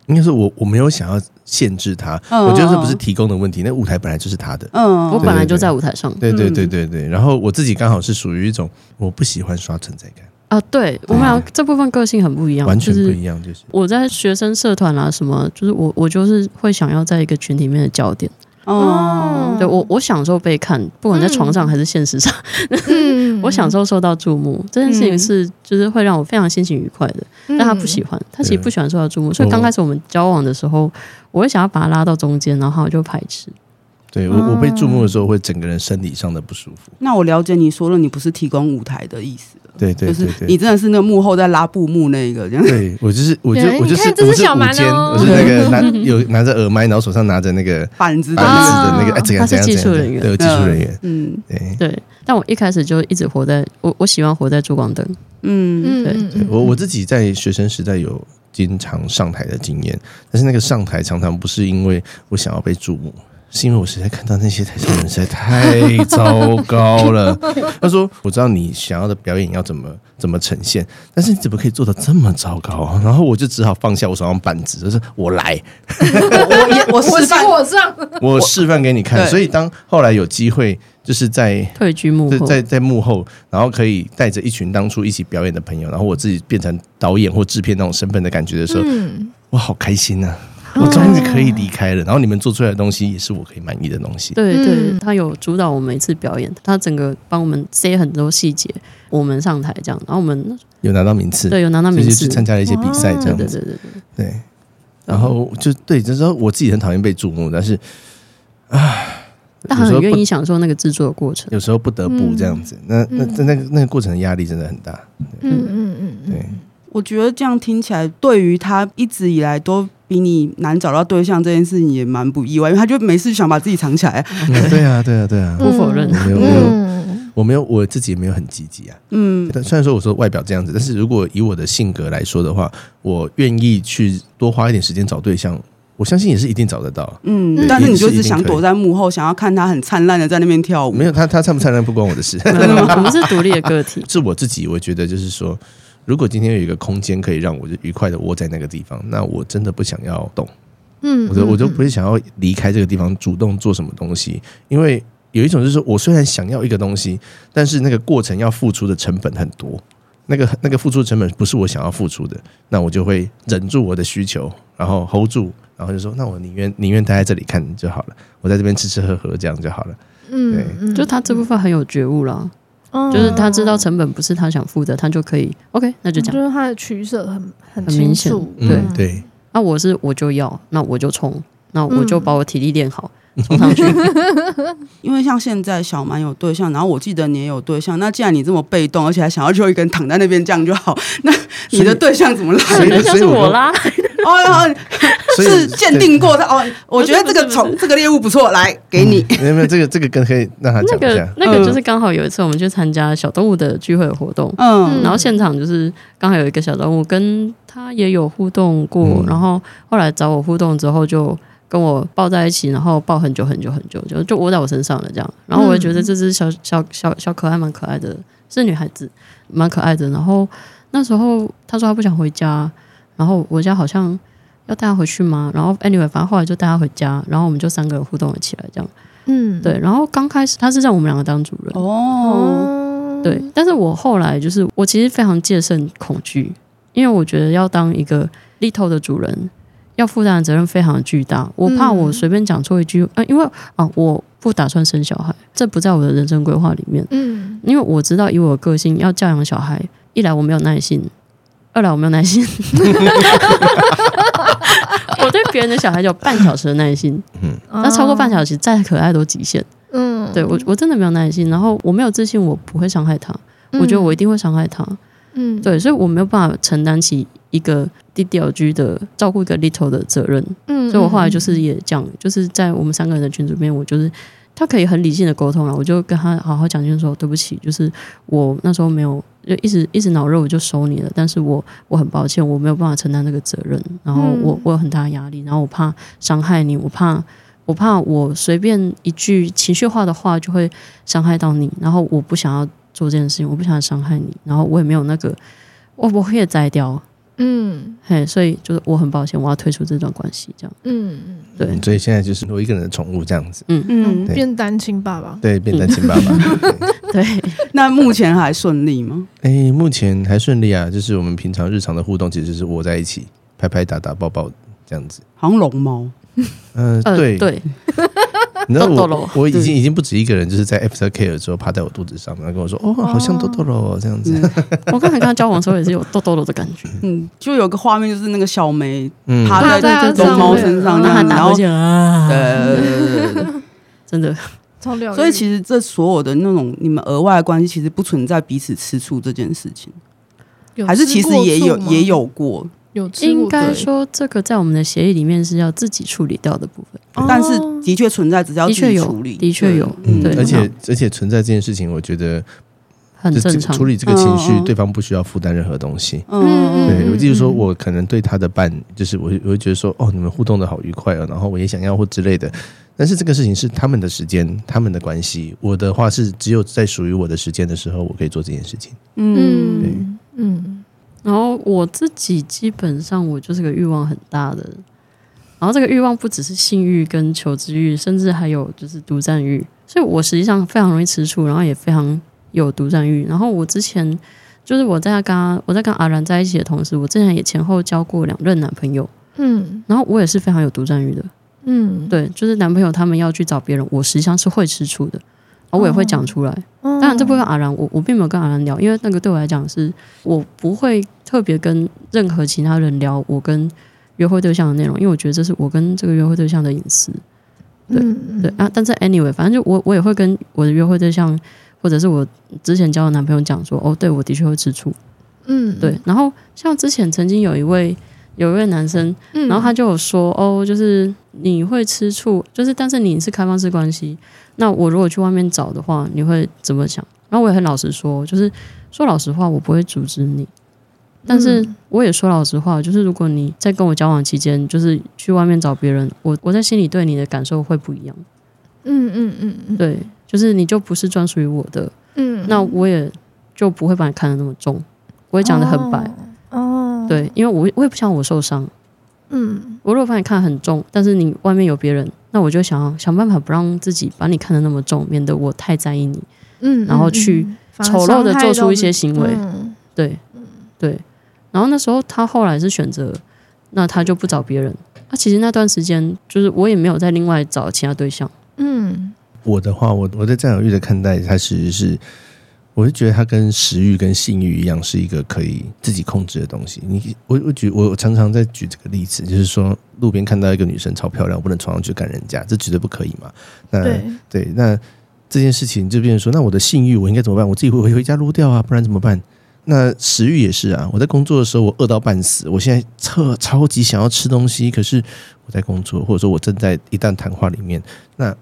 D: 应该是我我没有想要限制他，
C: 嗯
D: 我觉得这不是提供的问题，那舞台本来就是他的。
C: 嗯，
A: 我本来就在舞台上
D: 对对对对对，然后我自己刚好是属于一种我不喜欢刷存在感，
A: 啊。对我们俩这部分个性很不一样，
D: 完全
A: 就
D: 不
A: 是
D: 一样，就是
A: 我在学生社团啦、什么，就是我我就是会想要在一个群体里面的焦点。
C: 哦，
A: 对我我享受被看，不管在床上还是现实上，
B: 嗯
A: 我享受受到注目这件事情是就是会让我非常心情愉快的。
B: 但
A: 但他不喜欢，他其实不喜欢受到注目，所
D: 哦
A: 以刚开始我们交往的时候，我会想要把他拉到中间，然后我就排斥。
D: 对我我被注目的时候会整个人生理上的不舒服。
C: 那我了解你说了，你不是提供舞台的意思了，
D: 对对对
C: 就是你
D: 对。
C: 真的是那个幕后在拉布幕那一个这样。
D: 对我就是，我就
B: 原来
D: 我就
B: 你看
D: 是
B: 这是
D: 我是
B: 小
D: 午
B: 蛮
D: 间，
B: 哦
D: 我是那个拿有拿着耳麦，然后手上拿着那个
C: 板子的
D: 板
C: 那
D: 子
C: 个
A: 啊
D: 的那个，哎，怎
A: 他
D: 样
A: 是
D: 怎样
A: 技术
D: 怎样
A: 人员
D: 对，有技术人员，
C: 嗯
D: 对，
A: 对，但我一开始就一直活在我我喜欢活在珠光灯，
C: 嗯
B: 嗯，
A: 对
B: 嗯
D: 对我我自己在学生时代有经常上台的经验，但是那个上台常常不是因为我想要被注目，是因为我实在看到那些台上的人实在太糟糕了。 他说：“我知道你想要的表演要怎么怎么呈现，但是你怎么可以做到这么糟糕、啊然后我就只好放下我手上板子，就是我来，
C: 我
A: 嗯
C: 也我
B: 我
C: 示
B: 上
C: 范，
B: 我上，
D: 我示范给你看。
C: 对
D: 所以当后来有机会，就是在
A: 退居幕
D: 在
A: 后。
D: 在在幕后，然后可以带着一群当初一起表演的朋友，然后我自己变成导演或制片那种身份的感觉的时候，
B: 嗯，
D: 我好开心啊！
A: 嗯
D: 我终于可以离开了，然后你们做出来的东西也是我可以满意的东西。
A: 对对，
B: 嗯
A: 他有主导我们每次表演，他整个帮我们塞很多细节，我们上台这样，然后我们
D: 有拿到名次，
A: 对有拿到
D: 所以
A: 名
D: 就
A: 次
D: 去，参加了一些比赛这
A: 对
D: 样
A: 对
D: 子。
A: 对对对，
D: 对，然后就对，就是说我自己很讨厌被注目，但是
A: 但他很愿意享受那个制作的过程。
D: 有时候不得
A: 嗯
D: 不这样子。那那那那个那个过程的压力真的很大。
B: 嗯嗯嗯嗯，
D: 对，
C: 我觉得这样听起来，对于他一直以来都比你难找到对象这件事情也蛮不意外，因为他就没事想把自己藏起来。
D: 嗯对啊，对啊，对啊。
A: 不否认
D: 我没有，我没有，
B: 嗯
D: 我没有，我自己也没有很积极啊。
C: 嗯
D: 但虽然说我说外表这样子，但是如果以我的性格来说的话，我愿意去多花一点时间找对象，我相信也是一定找得到。
C: 嗯
D: 对，
C: 但是
D: 一
C: 你
D: 定是
C: 就是
D: 一定
C: 想
D: 可以
C: 躲在幕后，想要看他很灿烂的在那边跳舞。
D: 没有他，他灿不灿烂不关我的 事，，
A: 对我们我们是独立的个体
D: 是我自己。我觉得就是说，如果今天有一个空间可以让我就愉快的窝在那个地方，那我真的不想要动，
B: 嗯，
D: 我就我就不会想要离开这个地方，主动做什么东西，因为。有一种就是说，我虽然想要一个东西，但是那个过程要付出的成本很多，那个那个付出成本不是我想要付出的，那我就会忍住我的需求，然后 hold 住，然后就说，那我宁愿宁愿待在这里看就好了，我在这边吃吃喝喝这样就好了。对
B: 嗯，嗯
A: 就他这部分很有觉悟啦，
B: 嗯
A: 就是他知道成本不是他想付的，他就可以 OK，那就这样。
B: 就是他的取舍很很
A: 很明
B: 清
A: 显
B: 楚，
A: 对
D: 嗯，对，
A: 那、啊我是我就要，那我就冲，那我就把我体力练好，冲上去。
C: 因为像现在小蛮有对象，然后我记得你也有对象，那既然你这么被动，而且还想要就一个人躺在那边这样就好， 那你的对象怎么来？
D: 所以
A: 像是我啦，
C: 哦，然后
D: 所以
C: 是鉴。定过的哦，我觉得这个
A: 不是不是
C: 宠这个猎物不错，来给你。
D: 对没有没有，这个这个更可以让他
A: 那
D: 讲一
A: 个
D: 下。
A: 那个就是刚好有一次我们去参加小动物的聚会活动，
C: 嗯，
A: 然后现场就是刚好有一个小动物跟他也有互动过，
D: 嗯
A: 然后后来找我互动之后就。跟我抱在一起，然后抱很久很久很久，就就窝在我身上了这样。然后我也觉得这只小小小小可爱蛮可爱的，是女孩子，蛮可爱的。然后那时候她说她不想回家，然后我家好像要带她回去吗？然后 anyway，反正后来就带她回家，然后我们就三个人互动了起来这样。
B: 嗯，
A: 对，然后刚开始她是让我们两个当主
D: 嗯
A: 人，
C: 哦，
B: 哦，
A: 对，但是我后来就是，我其实非常戒慎恐惧，因为我觉得要当一个 little 的主人，要负担的责任非常巨大。我怕我
B: 嗯
A: 随便讲错一句，呃，因为啊，我不打算生小孩，这不在我的人生规划里面。
B: 嗯，
A: 因为我知道以我的个性，要教养小孩，一来我没有耐心，二来我没有耐心， 我对别人的小孩有半小时的耐心，那超过半小时再可爱都极限。
B: 嗯，
A: 对我，我真的没有耐心，然后我没有自信，我不会伤害他。
B: 嗯，
A: 我觉得我一定会伤害他。
B: 嗯，
A: 对，所以我没有办法承担起一个 DDLG 的照顾一个 little 的责任，
B: 嗯，嗯，
A: 所以我后来就是也讲，就是在我们三个人的群组里面，我就是他可以很理性的沟通啊了，我就跟他好好讲清楚说，对不起，就是我那时候没有就一直一直脑热，我就收你了，但是我我很抱歉，我没有办法承担这个责任，然后我、
B: 嗯
A: 我有很大的压力，然后我怕伤害你，我怕。我怕我随便一句情绪化的话就会伤害到你，然后我不想要做这件事情，我不想伤害你，然后我也没有那个，我我也摘掉，
B: 嗯，
A: 嘿，所以就是我很抱歉，我要退出这段关系，这样。
B: 嗯嗯
A: 对
D: 嗯所以现在就是我一个人的宠物这样子，
B: 嗯，
C: 嗯，
D: 对
B: 变单亲爸爸，
D: 对，变单亲爸爸。对
A: 对，
C: 那目前还顺利吗？
D: 哎、目前还顺利啊，就是我们平常日常的互动，其实是窝在一起，拍拍打打抱抱这样子。
C: 好像龙猫，
D: 嗯、
A: 呃，
D: 对，
A: 对，
D: 你知道
A: 豆豆咯
D: 我我已
A: 对
D: 经已经不止一个人，就是在 after care 之后趴在我肚子上，然后跟我说，哦，好像豆豆喽这样子。
A: 我刚才跟他交往的时候也是有痘痘的感 觉，
C: 嗯，就有个画面就是那个小梅
D: 嗯，
C: 趴
B: 趴在
C: 在这龙猫
B: 它上面
C: 身上
B: 嗯
A: 那
C: 这样
A: 他
C: 子，然
A: 打
C: 后
A: 过去啊，
C: 呃，
A: 真 的，
B: 超疗愈，
C: 所以其实这所有的那种你们额外的关系，其实不存在彼此吃醋这件事情，
B: 有
C: 还是
B: 吃
C: 其实
B: 过
C: 也
B: 醋
C: 有
B: 吗
C: 也有过，
B: 有吃
A: 应
B: 过
A: 该
B: 对
A: 说这个在我们的协议里面是要自己处理掉的部分，
C: 但是的确存在，只是要
A: 哦的
C: 自
A: 确
C: 己
A: 有
C: 处理，
A: 的确有
D: 嗯
A: 对
D: 而且而且存在这件事情，我觉得
A: 很
D: 就
A: 正
D: 这
A: 常。
D: 处理这个情绪
C: 嗯嗯，嗯
D: 对方不需要负担任何东西。
C: 嗯嗯
D: 对，
B: 嗯
D: 我就是说，
B: 嗯
D: 我可能对他的伴，就是我会我会觉得说，哦，你们互动的好愉快哦，然后我也想要或之类的。但是这个事情是他们的时间，他们的关系。我的话是只有在属于我的时间的时候，我可以做这件事情。
C: 嗯嗯，
B: 嗯嗯
A: 然后我自己基本上我就是个欲望很大的人，然后这个欲望不只是性欲跟求知欲，甚至还有就是独占欲，所以我实际上非常容易吃醋，然后也非常有独占欲。然后我之前就是我在跟他我在跟阿然在一起的同时，我之前也前后交过两任男朋友，
B: 嗯
A: 然后我也是非常有独占欲的。
B: 嗯，
A: 对，就是男朋友他们要去找别人，我实际上是会吃醋的，然后我也会
B: 哦
A: 讲出来。
B: 当
A: 当然，这部分阿兰，我我并没有跟阿兰聊，因为那个对我来讲是，我不会特别跟任何其他人聊我跟约会对象的内容，因为我觉得这是我跟这个约会对象的隐私。对
B: 嗯
A: 对啊，但是 anyway，反正就我我也会跟我的约会对象，或者是我之前交的男朋友讲说，哦，对我的确会吃醋。
B: 嗯
A: 对，，然后像之前曾经有一位有一位男生，
B: 嗯
A: 然后他就有说，哦，就是你会吃醋，就是但是你是开放式关系，那我如果去外面找的话，你会怎么想？然后我也很老实说，就是说老实话，我不会阻止你，但是
B: 嗯
A: 我也说老实话，就是如果你在跟我交往期间，就是去外面找别人，我我在心里对你的感受会不一样，
B: 嗯嗯嗯嗯
A: 对，就是你就不是专属于我的，
B: 嗯，
A: 那我也就不会把你看得那么重，我也讲得很白，
B: 哦，哦，
A: 对，因为我我也不想我受伤。
B: 嗯
A: 我如果把你看得很重，但是你外面有别人，那我就想要想办法不让自己把你看得那么重，免得我太在意你，
B: 嗯，
A: 然后
B: 嗯
A: 去
B: 嗯反而
A: 丑陋的
B: 伤害
A: 做出
B: 到
A: 一些行为
B: 嗯
A: 对，对。然后那时候他后来是选择，那他就不找别人。那、其实那段时间，就是我也没有再另外找其他对象。
B: 嗯，
D: 我的话，我我对占有欲的看待，它其实是，我是觉得它跟食欲跟性欲一样，是一个可以自己控制的东西。你我我举我常常在举这个例子，就是说路边看到一个女生超漂亮，我不能冲上去干人家，这绝对不可以嘛。
C: 呃
D: 那
B: 对，
D: 对，那这件事情就变成说，那我的性欲我应该怎么办？我自己会回回家撸掉啊，不然怎么办？那食欲也是啊，我在工作的时候我饿到半死，我现在超超级想要吃东西，可是我在工作，或者说我正在一段谈话里面，那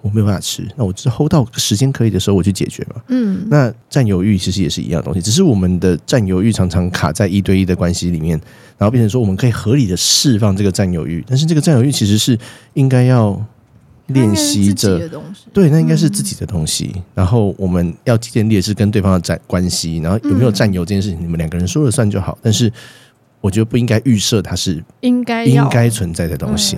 D: 我没有办法吃，那我只 hold 到时间可以的时候我去解决嘛。
B: 嗯，
D: 那占有欲其实也是一样的东西，只是我们的占有欲常常卡在一对一的关系里面，然后变成说我们可以合理的释放这个占有欲，但是这个占有欲其实是应该要练习着
B: 那应该是自己的东西，
D: 对，那应该是自己的东西。然后我们要建立的是跟对方的占关系，然后有没有占有这件事情，你们两个人说了算就好。但是我觉得不应该预设它是
B: 应
A: 哎
B: 该
D: 应
B: 要
D: 该存在的东西。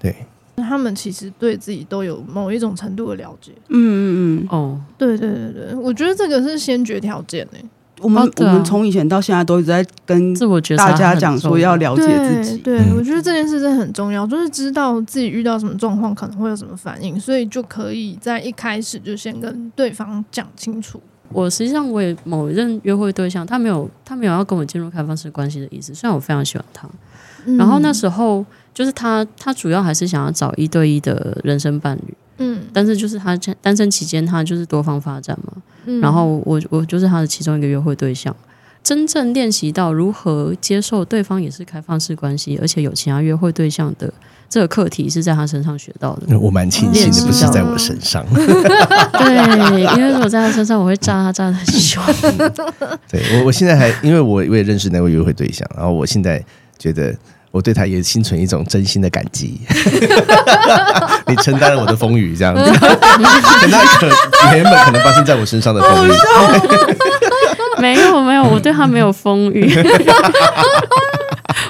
D: 对，
B: 他们其实对自己都有某一种程度的了解。
C: 嗯嗯嗯，
A: 哦，
B: 对对对对，我觉得这个是先决条件欸诶、
C: 我们、
A: 哦
C: 我
A: 对啊
C: 们从以前到现在都一直在跟
A: 自我觉察
C: 大家
A: 很
C: 讲
A: 重
C: 说要了解自己，
B: 对，对
D: 嗯
B: 我觉得这件事真的很重要，就是知道自己遇到什么状况可能会有什么反应，所以就可以在一开始就先跟对方讲清楚。
A: 我实际上我也某一任约会对象，他没有他没有要跟我进入开放式关系的意思，虽然我非常喜欢他，
B: 嗯
C: 嗯
A: 然后那时候就是他他主要还是想要找一对一的人生伴侣，
B: 嗯，
A: 但是就是他单身期间他就是多方发展嘛，
B: 嗯，
A: 然后我我就是他的其中一个约会对象。真正练习到如何接受对方也是开放式关系，而且有其他约会对象的这个课题是在他身上学到 的。
D: 我蛮庆幸的，不是在我身上。
A: 嗯对，因为我在他身上我会扎他扎的很凶。
D: 对我，我现在还因为我我也认识那位约会对象，然后我现在觉得我对他也心存一种真心的感 激。你承担了我的风雨，这样子，承担可原本可能发生在我身上的风
A: 哦
D: 雨。
A: 没有没有，我对他没有风雨，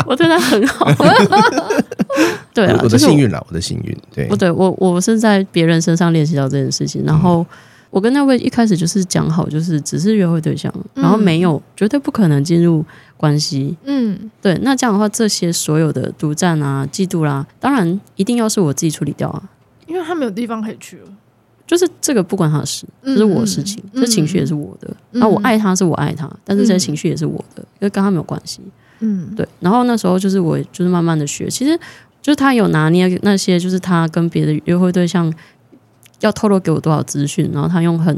A: 我对他很好。对啊
D: 我，我
A: 就是
D: 的幸运啦，我的幸运。对
A: 不，对，我我是在别人身上练习到这件事情，然后我跟那位一开始就是讲好，就是只是约会对象，
B: 嗯
A: 然后没有绝对不可能进入关系。
B: 嗯
A: 对，那这样的话，这些所有的独占啊、嫉妒啦、当然一定要是我自己处理掉啊。
B: 因为他没有地方可以去了，
A: 就是这个不关他的事，这是我的事情，
B: 嗯
A: 这情绪也是我的。
B: 嗯
A: 那、我爱他是我爱他，但是这些
B: 嗯
A: 情绪也是我的，因为跟他没有关系。
B: 嗯，
A: 对，然后那时候就是我就是慢慢的学，其实就是他有拿捏那些就是他跟别的约会对象要透露给我多少资讯，然后他用很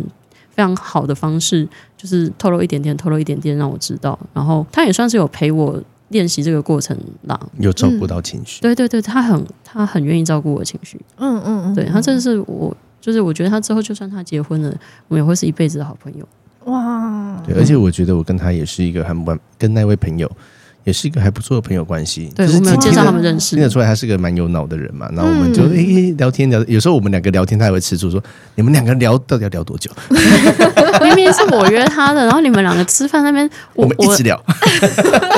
A: 非常好的方式，就是透露一点点，透露一点点让我知道，然后他也算是有陪我练习这个过程啦。
D: 有照顾到情绪。
A: 对对对，他很他很愿意照顾我的情绪，
B: 嗯嗯嗯，
A: 对他真的是我。就是我觉得他之后就算他结婚了，我们也会是一辈子的好朋友。
B: 哇，
D: 对，而且我觉得我跟他也是一个还蛮跟那位朋友也是一个还不错的朋友关系。
A: 对，
D: 就是
A: 我没有
D: 听
A: 介
D: 得
A: 绍他们认识
D: 听得。出来他是个蛮有脑的人嘛。然后我们就
B: 嗯
D: 诶、诶聊天聊，有时候我们两个聊天，他也会吃醋说你们两个聊到底要聊多久？
A: 明明是我约他的，然后你们两个吃饭那边，
D: 我
A: 我
D: 们一
A: 我
D: 直聊，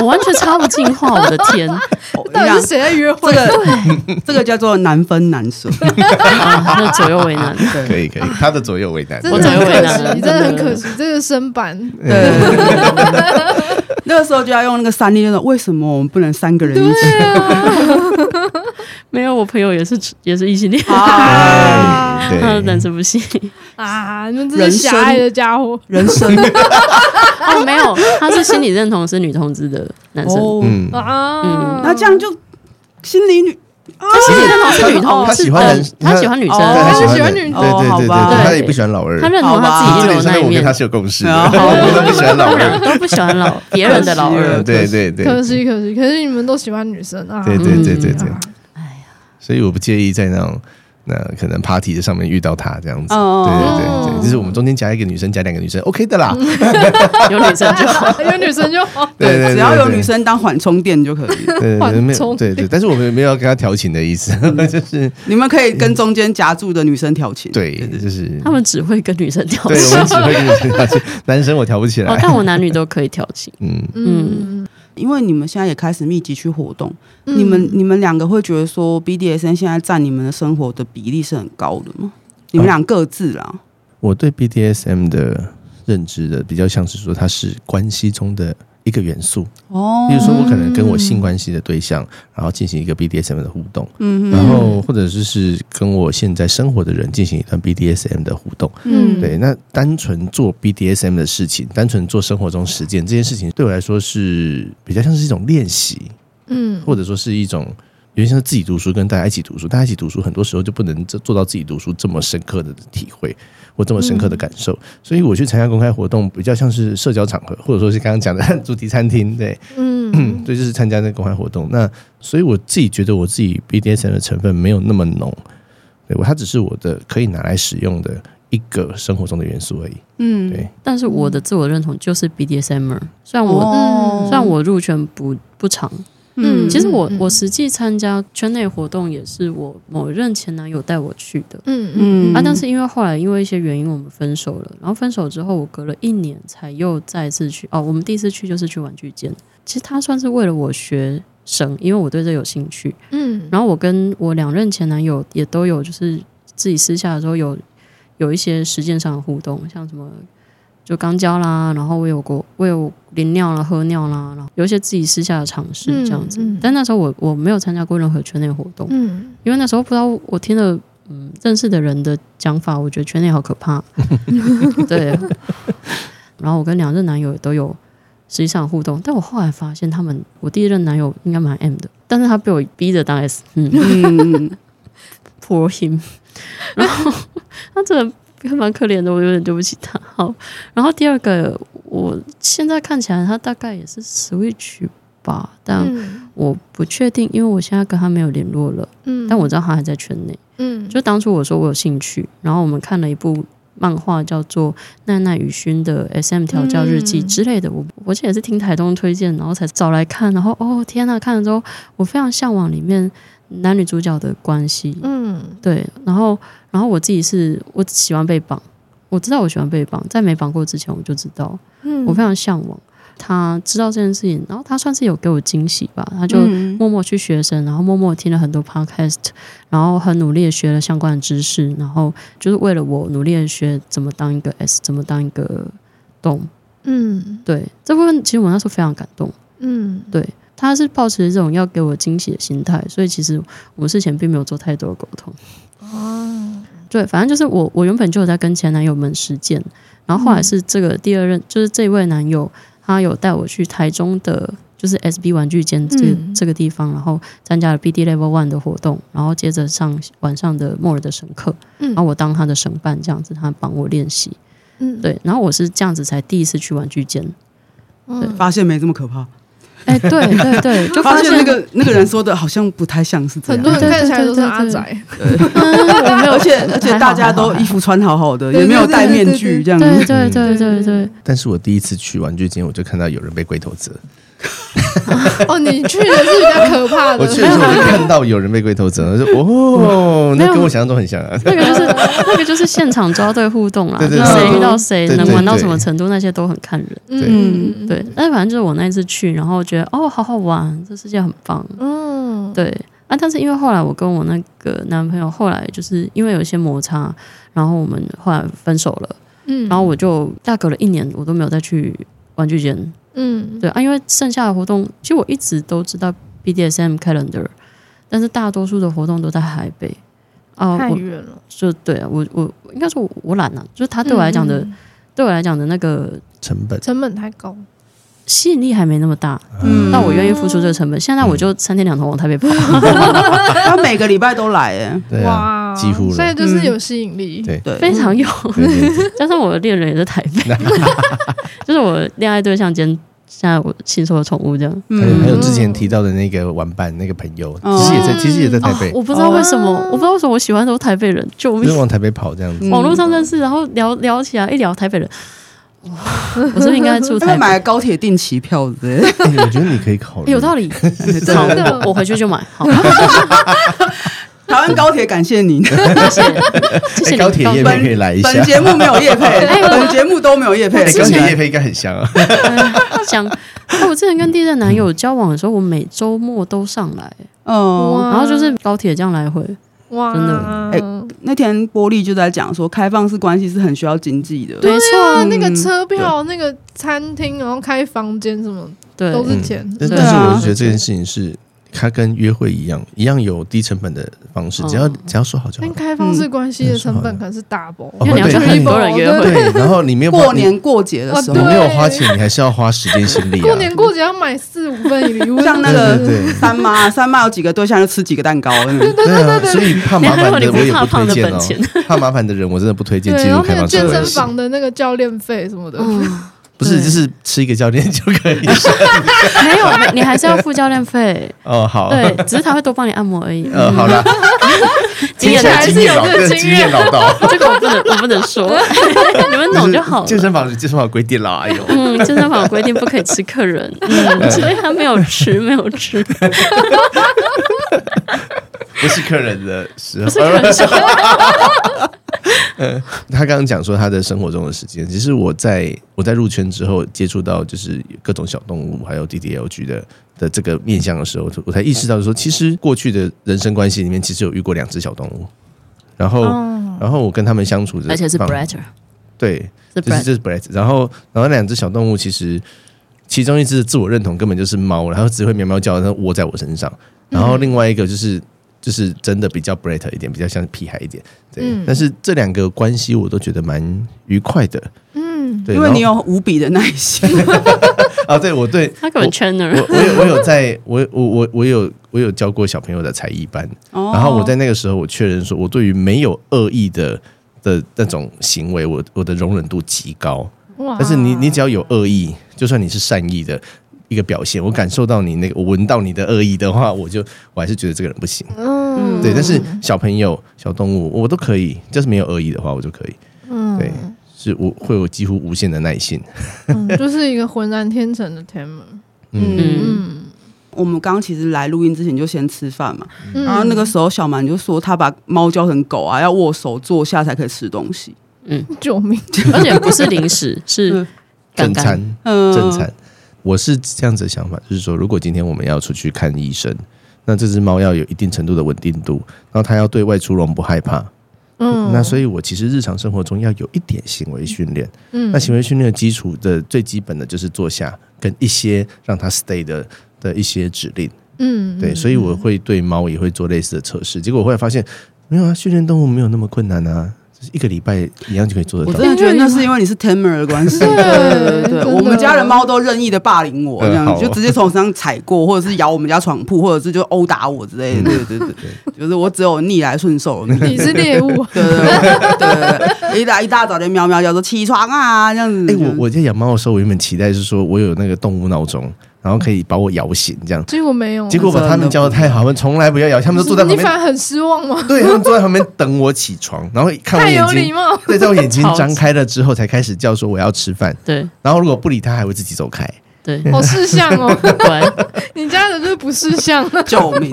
A: 我完全插不进话，我的天！
C: 我跟
B: 到
C: 你
B: 底
C: 讲
B: 是谁在约
C: 这
B: 会？
C: 个这个叫做难分难舍，
A: 啊，那左右为难。
D: 可以可以，他的左右为难。
B: 真
A: 我
B: 的
A: 才
B: 很
A: 会
B: 可
A: 拿
B: 惜，真的很可惜，这个身板，
C: 对。 那个时候就要用那个三力那种，为什么我们不能三个人一起？
A: 没有，我朋友也是也是异性恋，
D: 哎
A: 他的
D: 对
A: 男，生不 行。
B: 啊，你们这些狭隘的家伙，
C: 人生
A: 哦，没有，他是心理认同是女同志的男生，
C: 哦，
D: 嗯，
B: 啊，
C: 那这样就心理女
A: 他心理认同是女同
D: 哦他
A: 志
D: 喜欢
A: 的
D: 男，
A: 他喜欢女生，
C: 哦
D: 对他喜
B: 他喜
D: 欢
B: 欢
D: 人
B: 女
D: 对
C: 哦
D: 对
C: 好
D: 对对，
C: 吧
D: 他也不喜欢老二。
A: 他认同他自己
D: 这
A: 一
D: 点
A: 楼
D: 上
A: 那
D: 面
A: 一
D: 我跟
A: 面
D: 他。是有共识的，
C: 哦好
D: 我都不喜欢
A: 他
D: 老
A: 们两
D: 二。
A: 个都不喜欢老别人的老
C: 可
A: 二
C: 惜，
D: 对对对，
B: 可惜可惜，可是你们都喜欢女生啊，
D: 对对对对对
B: 啊
D: 所以我不介意在那种那可能 party 的上面遇到他这样子。
C: 哦嗯
D: 对对对对，就是我们中间夹一个女生，夹两个女生，OK 的啦。
A: 有女生就好。
B: 嗯 有女生就好。
D: 对对对，
C: 只要有
D: 对
C: 女，生当缓冲垫就可以。
D: 对对对没
B: 缓
D: 有
B: 冲
D: 对对，但是我们没有要跟他调情的意思，
C: 嗯
D: 就是
C: 你们可以跟中间夹住的女生调情。
D: 对，就是
A: 他们只会跟女生调
D: 对，我
A: 情
D: 们，只会跟女生调情，男生我调不起
A: 哦，
D: 来。
A: 但我男女都可以调情。
D: 嗯，
A: 嗯
B: 嗯，
C: 因为你们现在也开始密集去活动，
B: 嗯
C: 你们你们两个会觉得说 BDSN 现在占你们的生活的比例是很高的吗？你们俩各自啦，
D: 我对 BDSM 的认知的，比较像是说它是关系中的一个元素。
C: 哦
D: 比如说，我可能跟我性关系的对象，然后进行一个 BDSM 的互动，
C: 嗯
D: 然后或者就是跟我现在生活的人进行一段 BDSM 的互动。
B: 嗯
D: 对，那单纯做 BDSM 的事情，单纯做生活中实践这件事情，对我来说是比较像是一种练习，
B: 嗯，
D: 或者说是一种。有点像自己读书，跟大家一起读书，大家一起读书，很多时候就不能做做到自己读书这么深刻的体会或这么深刻的感受。所以我去参加公开活动，比较像是社交场合，或者说是刚刚讲的 主题餐厅，对，
B: 嗯
D: 对，就是参加那个公开活动。那所以我自己觉得我自己 BDSM 的成分没有那么浓，对我它只是我的可以拿来使用的一个生活中的元素而已。
C: 嗯
D: 对，
A: 但是我的自我认同就是 BDSM，虽然我、
C: 哦
A: 虽然我入圈不不长，
B: 嗯
A: 其实我
B: 嗯嗯
A: 我实际参加圈内活动也是我某任前男友带我去的。
B: 嗯
A: 啊！但是因为后来因为一些原因，我们分手了。然后分手之后，我隔了一年才又再次去。哦，我们第一次去就是去玩具间。其实他算是为了我学绳，因为我对这有兴趣。
B: 嗯
A: 然后我跟我两任前男友也都有，就是自己私下的时候有有一些实践上的互动，像什么就肛交啦，然后我有过我有淋尿啦、喝尿啦，然后有一些自己私下的尝试这样子。
B: 嗯嗯
A: 但那时候我我没有参加过任何圈内活动，
B: 嗯
A: 因为那时候不知道我听了嗯认识的人的讲法，我觉得圈内好可怕。 对，然后我跟两任男友也都有实际上的互动，但我后来发现他们，我第一任男友应该蛮 M 的，但是他被我逼着当 S，嗯
C: 嗯，
A: ，poor him。然后他真的蛮可怜的，我有点对不起他。好，然后第二个，我现在看起来他大概也是 Switch 吧，但
B: 嗯
A: 我不确定，因为我现在跟他没有联络了，
B: 嗯
A: 但我知道他还在圈内。
B: 嗯
A: 就当初我说我有兴趣，然后我们看了一部漫画叫做《奈奈与勋的 SM 调教日记
B: 嗯》
A: 之类的，我我也是听台东推荐，然后才找来看，然后哦天呐，看了之后我非常向往里面男女主角的关系，
B: 嗯
A: 对，然后然后我自己是我喜欢被绑，我知道我喜欢被绑，在没绑过之前我就知道，
B: 嗯
A: 我非常向往。他知道这件事情，然后他算是有给我惊喜吧，他就
C: 嗯
A: 默默去学生，然后默默听了很多 podcast，然后很努力的学了相关的知识，然后就是为了我努力的学怎么当一个 S，怎么当一个动。
B: 嗯
A: 对这部分，其实我那时候非常感动。
B: 嗯
A: 他是抱持这种要给我惊喜的心态，所以其实我们事前并没有做太多的沟通。
B: 哦
A: 对，反正就是我，我原本就有在跟前男友们实践，然后后来是这个第二任，就是这位男友，他有带我去台中的，就是 SB 玩具间这个、
B: 嗯
A: 这个地方，然后参加了 BD Level One 的活动，然后接着上晚上的末日的神课，
B: 嗯
A: 然后我当他的神伴这样子，他帮我练习，
B: 嗯
A: 对，然后我是这样子才第一次去玩具间，
B: 嗯
C: 发现没这么可怕，
A: 哎，对对对，就
C: 发
A: 现
C: 现那个那个人说的好像不太像是这
B: 很
C: 样
B: 多。人看起来都是阿宅，
A: 我没有
C: 而且而且
A: 还好
C: 大家都嗯
A: 还好
C: 衣服穿好好的，
B: 对
C: 也没有戴
B: 对
C: 面
B: 对对
C: 具这样子。
A: 对对对对对，
D: 但是我第一次去玩具间，我就看到有人被龟头折。
B: 哦，你去的是比较可怕
D: 我
B: 的，
D: 去的时候我就看到有人被龟头折，我就哦，
A: 没
D: 那
A: 有
D: 跟我想象中很像啊。
A: 那个就是那个就是现场抓对互动啦，
D: 对对
A: 就
C: 对
A: 谁遇到谁
D: 对对
A: 能玩到
D: 对
A: 什么程度，那些都很看人。
B: 嗯
A: 对，但反正就是我那一次去，然后觉得哦，好好玩，这世界很棒。
B: 嗯
A: 对啊，但是因为后来我跟我那个男朋友后来就是因为有一些摩擦，然后我们后来分手了，
B: 嗯，
A: 然后我就大隔了一年，我都没有再去玩具间。
B: 嗯
A: 对啊，因为剩下的活动，其实我一直都知道 BDSM calendar，但是大多数的活动都在台北。啊、
B: 太
A: 我
B: 远了，
A: 就对啊，我我应该说我我懒啊，就是他对我来
B: 嗯
A: 讲的，对我来讲的那个
D: 成本
B: 成本太高，
A: 吸引力还没那么大，
C: 嗯
A: 那我愿意付出这个成本。现在我就三天两头往台北跑，
C: 他每个礼拜都来，哎，
D: 对啊，
B: 哇，哦
D: 几乎了嗯
B: 所以就是有吸引力，
D: 对
C: 对，
A: 非常有。
D: 对 对对
A: 加上我的恋人也在台 北，就是我的恋爱对象兼现在我新收的宠物这样。
D: 还有还有
C: 嗯，
D: 之前提到的那个玩伴那个朋友，
C: 哦
D: 其实也在其实也在台北，
A: 我不知道为什么，
B: 哦
A: 我不知道为什么我喜欢都是台北人，救
D: 就是
A: 命！
D: 往台北跑这样子。
C: 嗯
A: 网络上认识，然后聊聊起来，一聊台北人，哇，我是不是应该住
C: 他
A: 台
C: 们
A: 北？
C: 买高铁定期票欸之类的，
D: 哎我觉得你可以考虑，哎
A: 有道理，
C: 对
A: 好，
B: 真的
A: 我我回去就买，好，
C: 台湾高铁感谢你，
A: 谢谢，谢谢
D: 哎
A: 你
D: 高铁业
A: 告诉
D: 配可以来一
C: 本
D: 下，
C: 节目没有叶配，本节目都没有叶配
A: 我
D: 哎，
A: 之
D: 高
A: 前
D: 铁业配应该很香啊。
A: 我讲，哎我之前跟第一任男友交往的时候，我每周末都上来，
C: 嗯，
B: 哇
A: 哦然后就是高铁这样来回，
B: 哇，
A: 真
C: 哎，
B: 嗯
C: 那天玻璃就在讲说，开放式关系是很需要经济的，
B: 对
A: 没错
B: 啊，
A: 嗯
B: 那个车票、那个餐厅，然后开房间什么
A: 对，
B: 都是
D: 嗯
B: 钱。
D: 但
A: 对
D: 但是
C: 啊
D: 我是觉得这件事情是，它跟约会一样，一样有低成本的方式，只要
A: 嗯
D: 只要说好就
B: 但
D: 好。
B: 开放式关系的成
D: 嗯
B: 本可能是 double，
D: 因为你要跟哦很啊
A: 多人约会
D: 对，然后你没有花
C: 过年过节的时
D: 你
C: 候
B: 哦，
D: 没有花钱，你还是要花时间心力啊。
B: 过年过节要买四五份礼物，
C: 像那
D: 对
C: 个
D: 对对
C: 三妈，三妈有几个对象就吃几个蛋糕，真的
D: 对啊，所以怕麻 烦
A: 你
D: 的
A: 还
D: 我
A: 有你
D: 也
A: 怕
D: 不
A: 胖的
D: 推荐
A: 本
D: 哦
A: 钱，
D: 怕麻烦的人我真的不推荐
B: 对，
D: 进
B: 然
D: 入
B: 后
D: 开
B: 那个
D: 放式
B: 健身
D: 关系。
B: 房的那个教练费什么的，
A: 嗯，
D: 不是，
A: 对
D: 就是吃一个教练就可以。
A: 没有，没你还是要付教练费，
D: 哦，好，
A: 对，只是他会多帮你按摩而已。
D: 呃，好啦，
A: 经验
D: 听起来
A: 还
B: 是
D: 经验
B: 有
D: 老，
B: 这个
D: 真的
B: 经
D: 经验老 道。
A: 这个我不能，我不能说，你们懂就好了。
D: 健身房，健身房有规定啦，哎呦，
A: 嗯，健身房有规定不可以吃客人，嗯，所以他没有吃，没有吃，
D: 不是客人的时
A: 不
D: 候
A: 是。客人说，
D: 他刚刚讲说他的生活中的时间，其实我在我在入圈之后接触到就是各种小动物，还有 DDLG 的的这个面向的时候，我才意识到说，其实过去的人生关系里面，其实有遇过两只小动物，然后、
B: 哦，
D: 然后我跟他们相处的方，
A: 而且是 Brett，
D: 对，
A: 是
D: 嗯就是
A: Brett，
D: 就是 Brett，然后然后那两只小动物其实其中一只的自我认同根本就是猫，然后只会喵喵叫，然后窝在我身上，然
B: 嗯
D: 后另外一个就是。就是真的比较 Brett 一点，比较像屁孩一点，对。
B: 嗯
D: 但是这两个关系我都觉得蛮愉快的，
B: 嗯，
D: 对。
C: 因为你
D: 然
C: 有无比的耐心，
D: 后啊，对 我对
A: 他根本 trainer，
D: 我我有我有在我我我我有我有教过小朋友的才艺班， 然
B: 哦
C: 然
D: 后我在那个时候我确认说，我对于没有恶意的的那种行为，我我的容忍度极高。
B: 哇，
D: 但是你你只要有恶意，就算你是善意的一个表现，我感受到你那个，我闻到你的恶意的话，我就我还是觉得这个人不行。
B: 嗯，
D: 对，但是小朋友、小动物我都可以，就是没有恶意的话，我就可以。
B: 嗯，
D: 对，是我会有几乎无限的耐心。
B: 嗯，就是一个浑然天成的天门，
D: 嗯，
B: 嗯，
C: 我们刚刚其实来录音之前就先吃饭嘛，
B: 嗯
C: 然后那个时候小蛮就说他把猫教成狗啊，要握手坐下才可以吃东西。
B: 救命，
A: 而且不是零食，是
C: 嗯
A: 干
D: 正
A: 干，
D: 餐
C: 嗯，
D: 正餐，我是这样子的想法，就是说，如果今天我们要出去看医生，那这只猫要有一定程度的稳定度，然后它要对外出笼不害怕。
B: 嗯，
D: 那所以，我其实日常生活中要有一点行为训练。
B: 嗯，
D: 那行为训练的基础的最基本的就是坐下，跟一些让它 stay 的的一些指令。
B: 嗯，
D: 对，所以我会对猫也会做类似的测试。结果我后来发现，没有啊，训练动物没有那么困难啊，就是一个礼拜一样就可以做
C: 我
D: 得到。
C: 真的觉得那是因为你是 Tamer 的关系，
B: 对
C: 对对
B: 真的
C: 对，我们家的猫都任意的霸凌我，
D: 嗯
C: 这样
D: 好
C: 就直接从我身上踩过，或者是咬我们家床铺，或者是就殴打我之类的，对对对，对就是我只有逆来顺受 的那种。
B: 你是猎物，啊
C: 对对对对对对，一大一大早就喵喵叫说起床啊，这样子。
D: 哎、我我在养猫的时候，我原本期待是说我有那个动物闹钟，然后可以把我摇醒这样。
B: 结果没有，
D: 结果把他们教的太好，他们从来不要摇，他们都坐在旁
B: 哦你反
D: 边，
B: 而很失望吗？
D: 对他们坐在旁边等我起床，然后看 我
B: 太
D: 眼
B: 有礼
D: 睛，
B: 貌，
D: 对，在我眼睛
A: 好
D: 张开了之后才开始叫说我要吃饭，
A: 对
D: 然后如果不理它，还会自己走开。
A: 对，
B: 好识相哦，
A: 乖，
B: 你家的就是不识相，
C: 救命！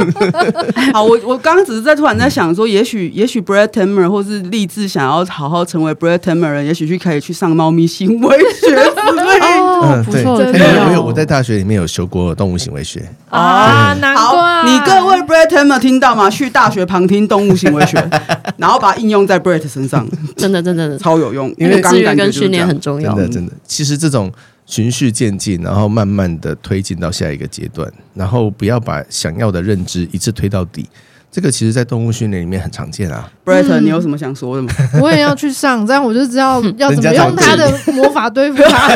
C: 好，我我刚刚只是在突然在想说，也许也许 Brett Tamer 或是立志想要好好成为 Brett Tamer 人，也许去可以去上猫咪行为学之类的。
A: 哦，不
D: 对，
A: 错，
B: 真
D: 哎
B: 的
D: 我有我
B: 没
D: 有我在大学里面有修过动物行为学，
B: 啊，难怪
C: 好，你各位 Brett Tamer 听到吗？去大学旁听动物行为学，然后把它应用在 Brett 身上，
A: 真的真的真 的，
C: 超有用。
A: 那
C: 因
A: 个
C: 为我刚
A: 自
C: 刚
A: 律
C: 感觉
A: 跟
C: 就是
A: 训
C: 这
A: 练
C: 样。
A: 很重要
D: 真，的真的。其实这种循序渐进，然后慢慢的推进到下一个阶段，然后不要把想要的认知一次推到底。这个其实，在动物训练里面很常见啊。
C: Brett，
B: 嗯
C: 你有什么想说的吗？
B: 我也要去上，这样我就知 道要怎么
D: 人家
B: 用
D: 长
B: 他的魔法对付 他。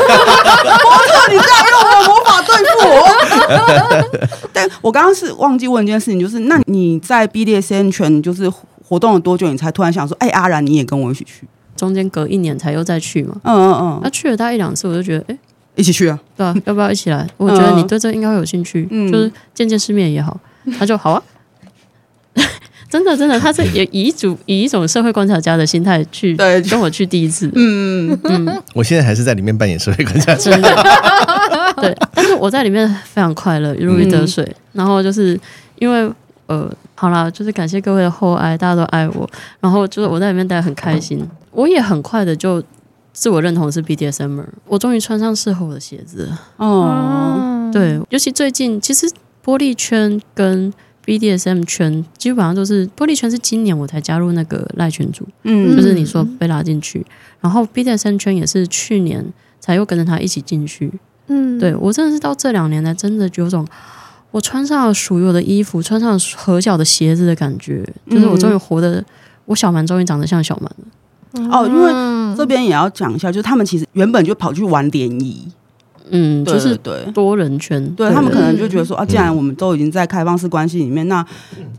C: 你这样用我的魔法对付我。但我刚刚是忘记问一件事情，就是那你在 BDSN 圈就是活动了多久，你才突然想说，哎、阿然你也跟我一起去？
A: 中间隔一年才又再去嘛，
C: 嗯嗯
A: 那
C: 嗯，
A: 去了大概一两次，我就觉得，哎，
C: 一起去啊！
A: 对啊，要不要一起来？我觉得你对这应该会有兴趣，
C: 嗯
A: 就是见见世面也好。他就好啊， 真的真的，他是也以一种以一种社会观察家的心态去
C: 对
A: 跟我去第一次的，
C: 嗯，
A: 嗯，
D: 我现在还是在里面扮演社会观 察者，
A: 真的， 对。但是我在里面非常快乐，如鱼得水。然后就是因为呃，好啦，就是感谢各位的厚爱，大家都爱我。然后就是我在里面待得很开心，我也很快的就自我认同是 BDSM，er 我终于穿上适合我的鞋子了。
C: 哦，
B: 啊
A: 对，尤其最近，其实玻璃圈跟 BDSM 圈基本上都是玻璃圈是今年我才加入那个赖群组，
C: 嗯，
A: 就是你说被拉进去，然后 BDSM 圈也是去年才又跟着他一起进去。
B: 嗯，
A: 对我真的是到这两年才真的有种我穿上了属于我的衣服，穿上了合脚的鞋子的感觉，就是我终
C: 嗯
A: 于活得。我小蛮终于长得像小蛮了，
B: 嗯
C: 哦因为
B: 为
C: 这边也要讲一下，就是他们其实原本就跑去玩联谊，
A: 嗯，
C: 对
A: 就是
C: 对对。
A: 多人圈，
C: 对他们可能就觉得说啊，
D: 嗯
C: 既然我们都已经在开放式关系里面，那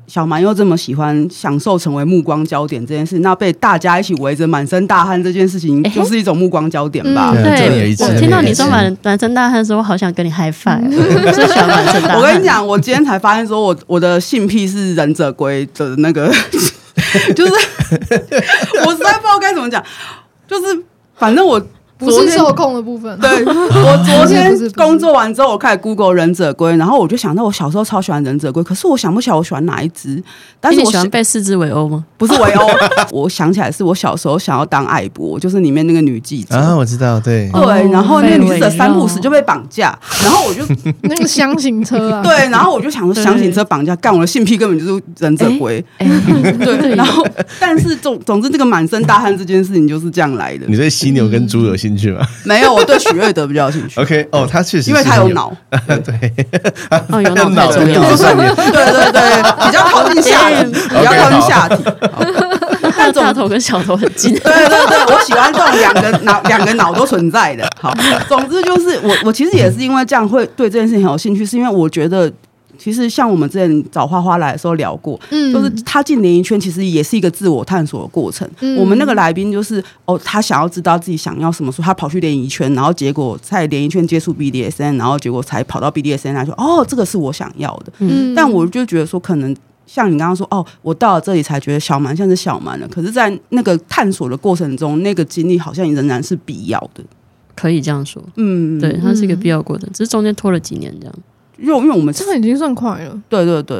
C: 小蛮又这么喜欢享受成为目光焦点这件事，那被大家一起围着满身大汗这件事情，
A: 哎嘿
C: 就是一种目光焦点吧。
B: 嗯
D: 这里有
A: 对
D: 一，只
A: 我听到你
D: 这
A: 说
D: 里有一只
A: 满满身大汗的时候，我好想跟你 high five，我最喜欢满身大汗。
C: 我跟你，讲，我今天才发现，说我我的性癖是忍者龟的那个， 就是我实在不知道该怎么讲，就是反正我
B: 不
C: 昨
B: 是
C: 天
B: 受控的部分，
C: 对我昨天
B: 不是不是不是
C: 工作完之后，我开始 Google 忍者龟，然后我就想到我小时候超喜欢忍者龟，可是我想不起来我喜欢哪一只，但是
A: 你
C: 我
A: 喜欢
C: 想
A: 被四肢围殴 吗？
C: 不是围殴， 我想起来是我小时候想要当艾博，就是里面那个女记者。
D: 啊，我知道，对，
C: 对，然后那个女记者
A: 哦
C: 三不五时就被绑架，然后我 就
B: 那个箱型车啊，
C: 对，然后我就想说，
A: 对
C: 想起车绑架，干我的性癖根本就是忍者龟，
A: 哎，
C: 对，然后但是总总之，这个满身大汗这件事情就是这样来的
D: 你。对犀牛跟猪有兴 趣吗
C: 没有，我对许瑞德比较有兴趣，
D: ？OK，哦， 他确实是
C: 因为他有
D: 很，
C: 脑，
A: 哦，有脑
D: 脑
A: 太重
D: 有
A: 要
D: 脑
A: 了。
D: 上面，
C: 对对对，比较靠近下 体，
D: 哦
C: 比较靠近下体。好但总，
A: 大头跟小头很近
C: 对对对，我喜欢这种两个脑 两个脑都存在的。好，总之就是我我其实也是因为这样会对这件事情很有兴趣，是因为我觉得。其实像我们之前找花花来的时候聊过，
B: 嗯
C: 就是他进联谊圈其实也是一个自我探索的过程。
B: 嗯
C: 我们那个来宾就是哦，他想要知道自己想要什么，所以他跑去联谊圈，然后结果在联谊圈接触 BDSN，然后结果才跑到 BDSN 来说哦，这个是我想要的。
B: 嗯，
C: 但我就觉得说，可能像你刚刚说，哦，我到了这里才觉得小蛮像是小蛮了。可是，在那个探索的过程中，那个经历好像仍然是必要的。
A: 可以这样说。
C: 嗯，
A: 对，，它是一个必要过程，只是中间拖了几年这样。
C: 因为因为我们
B: 这个已经算快了，
C: 对对对，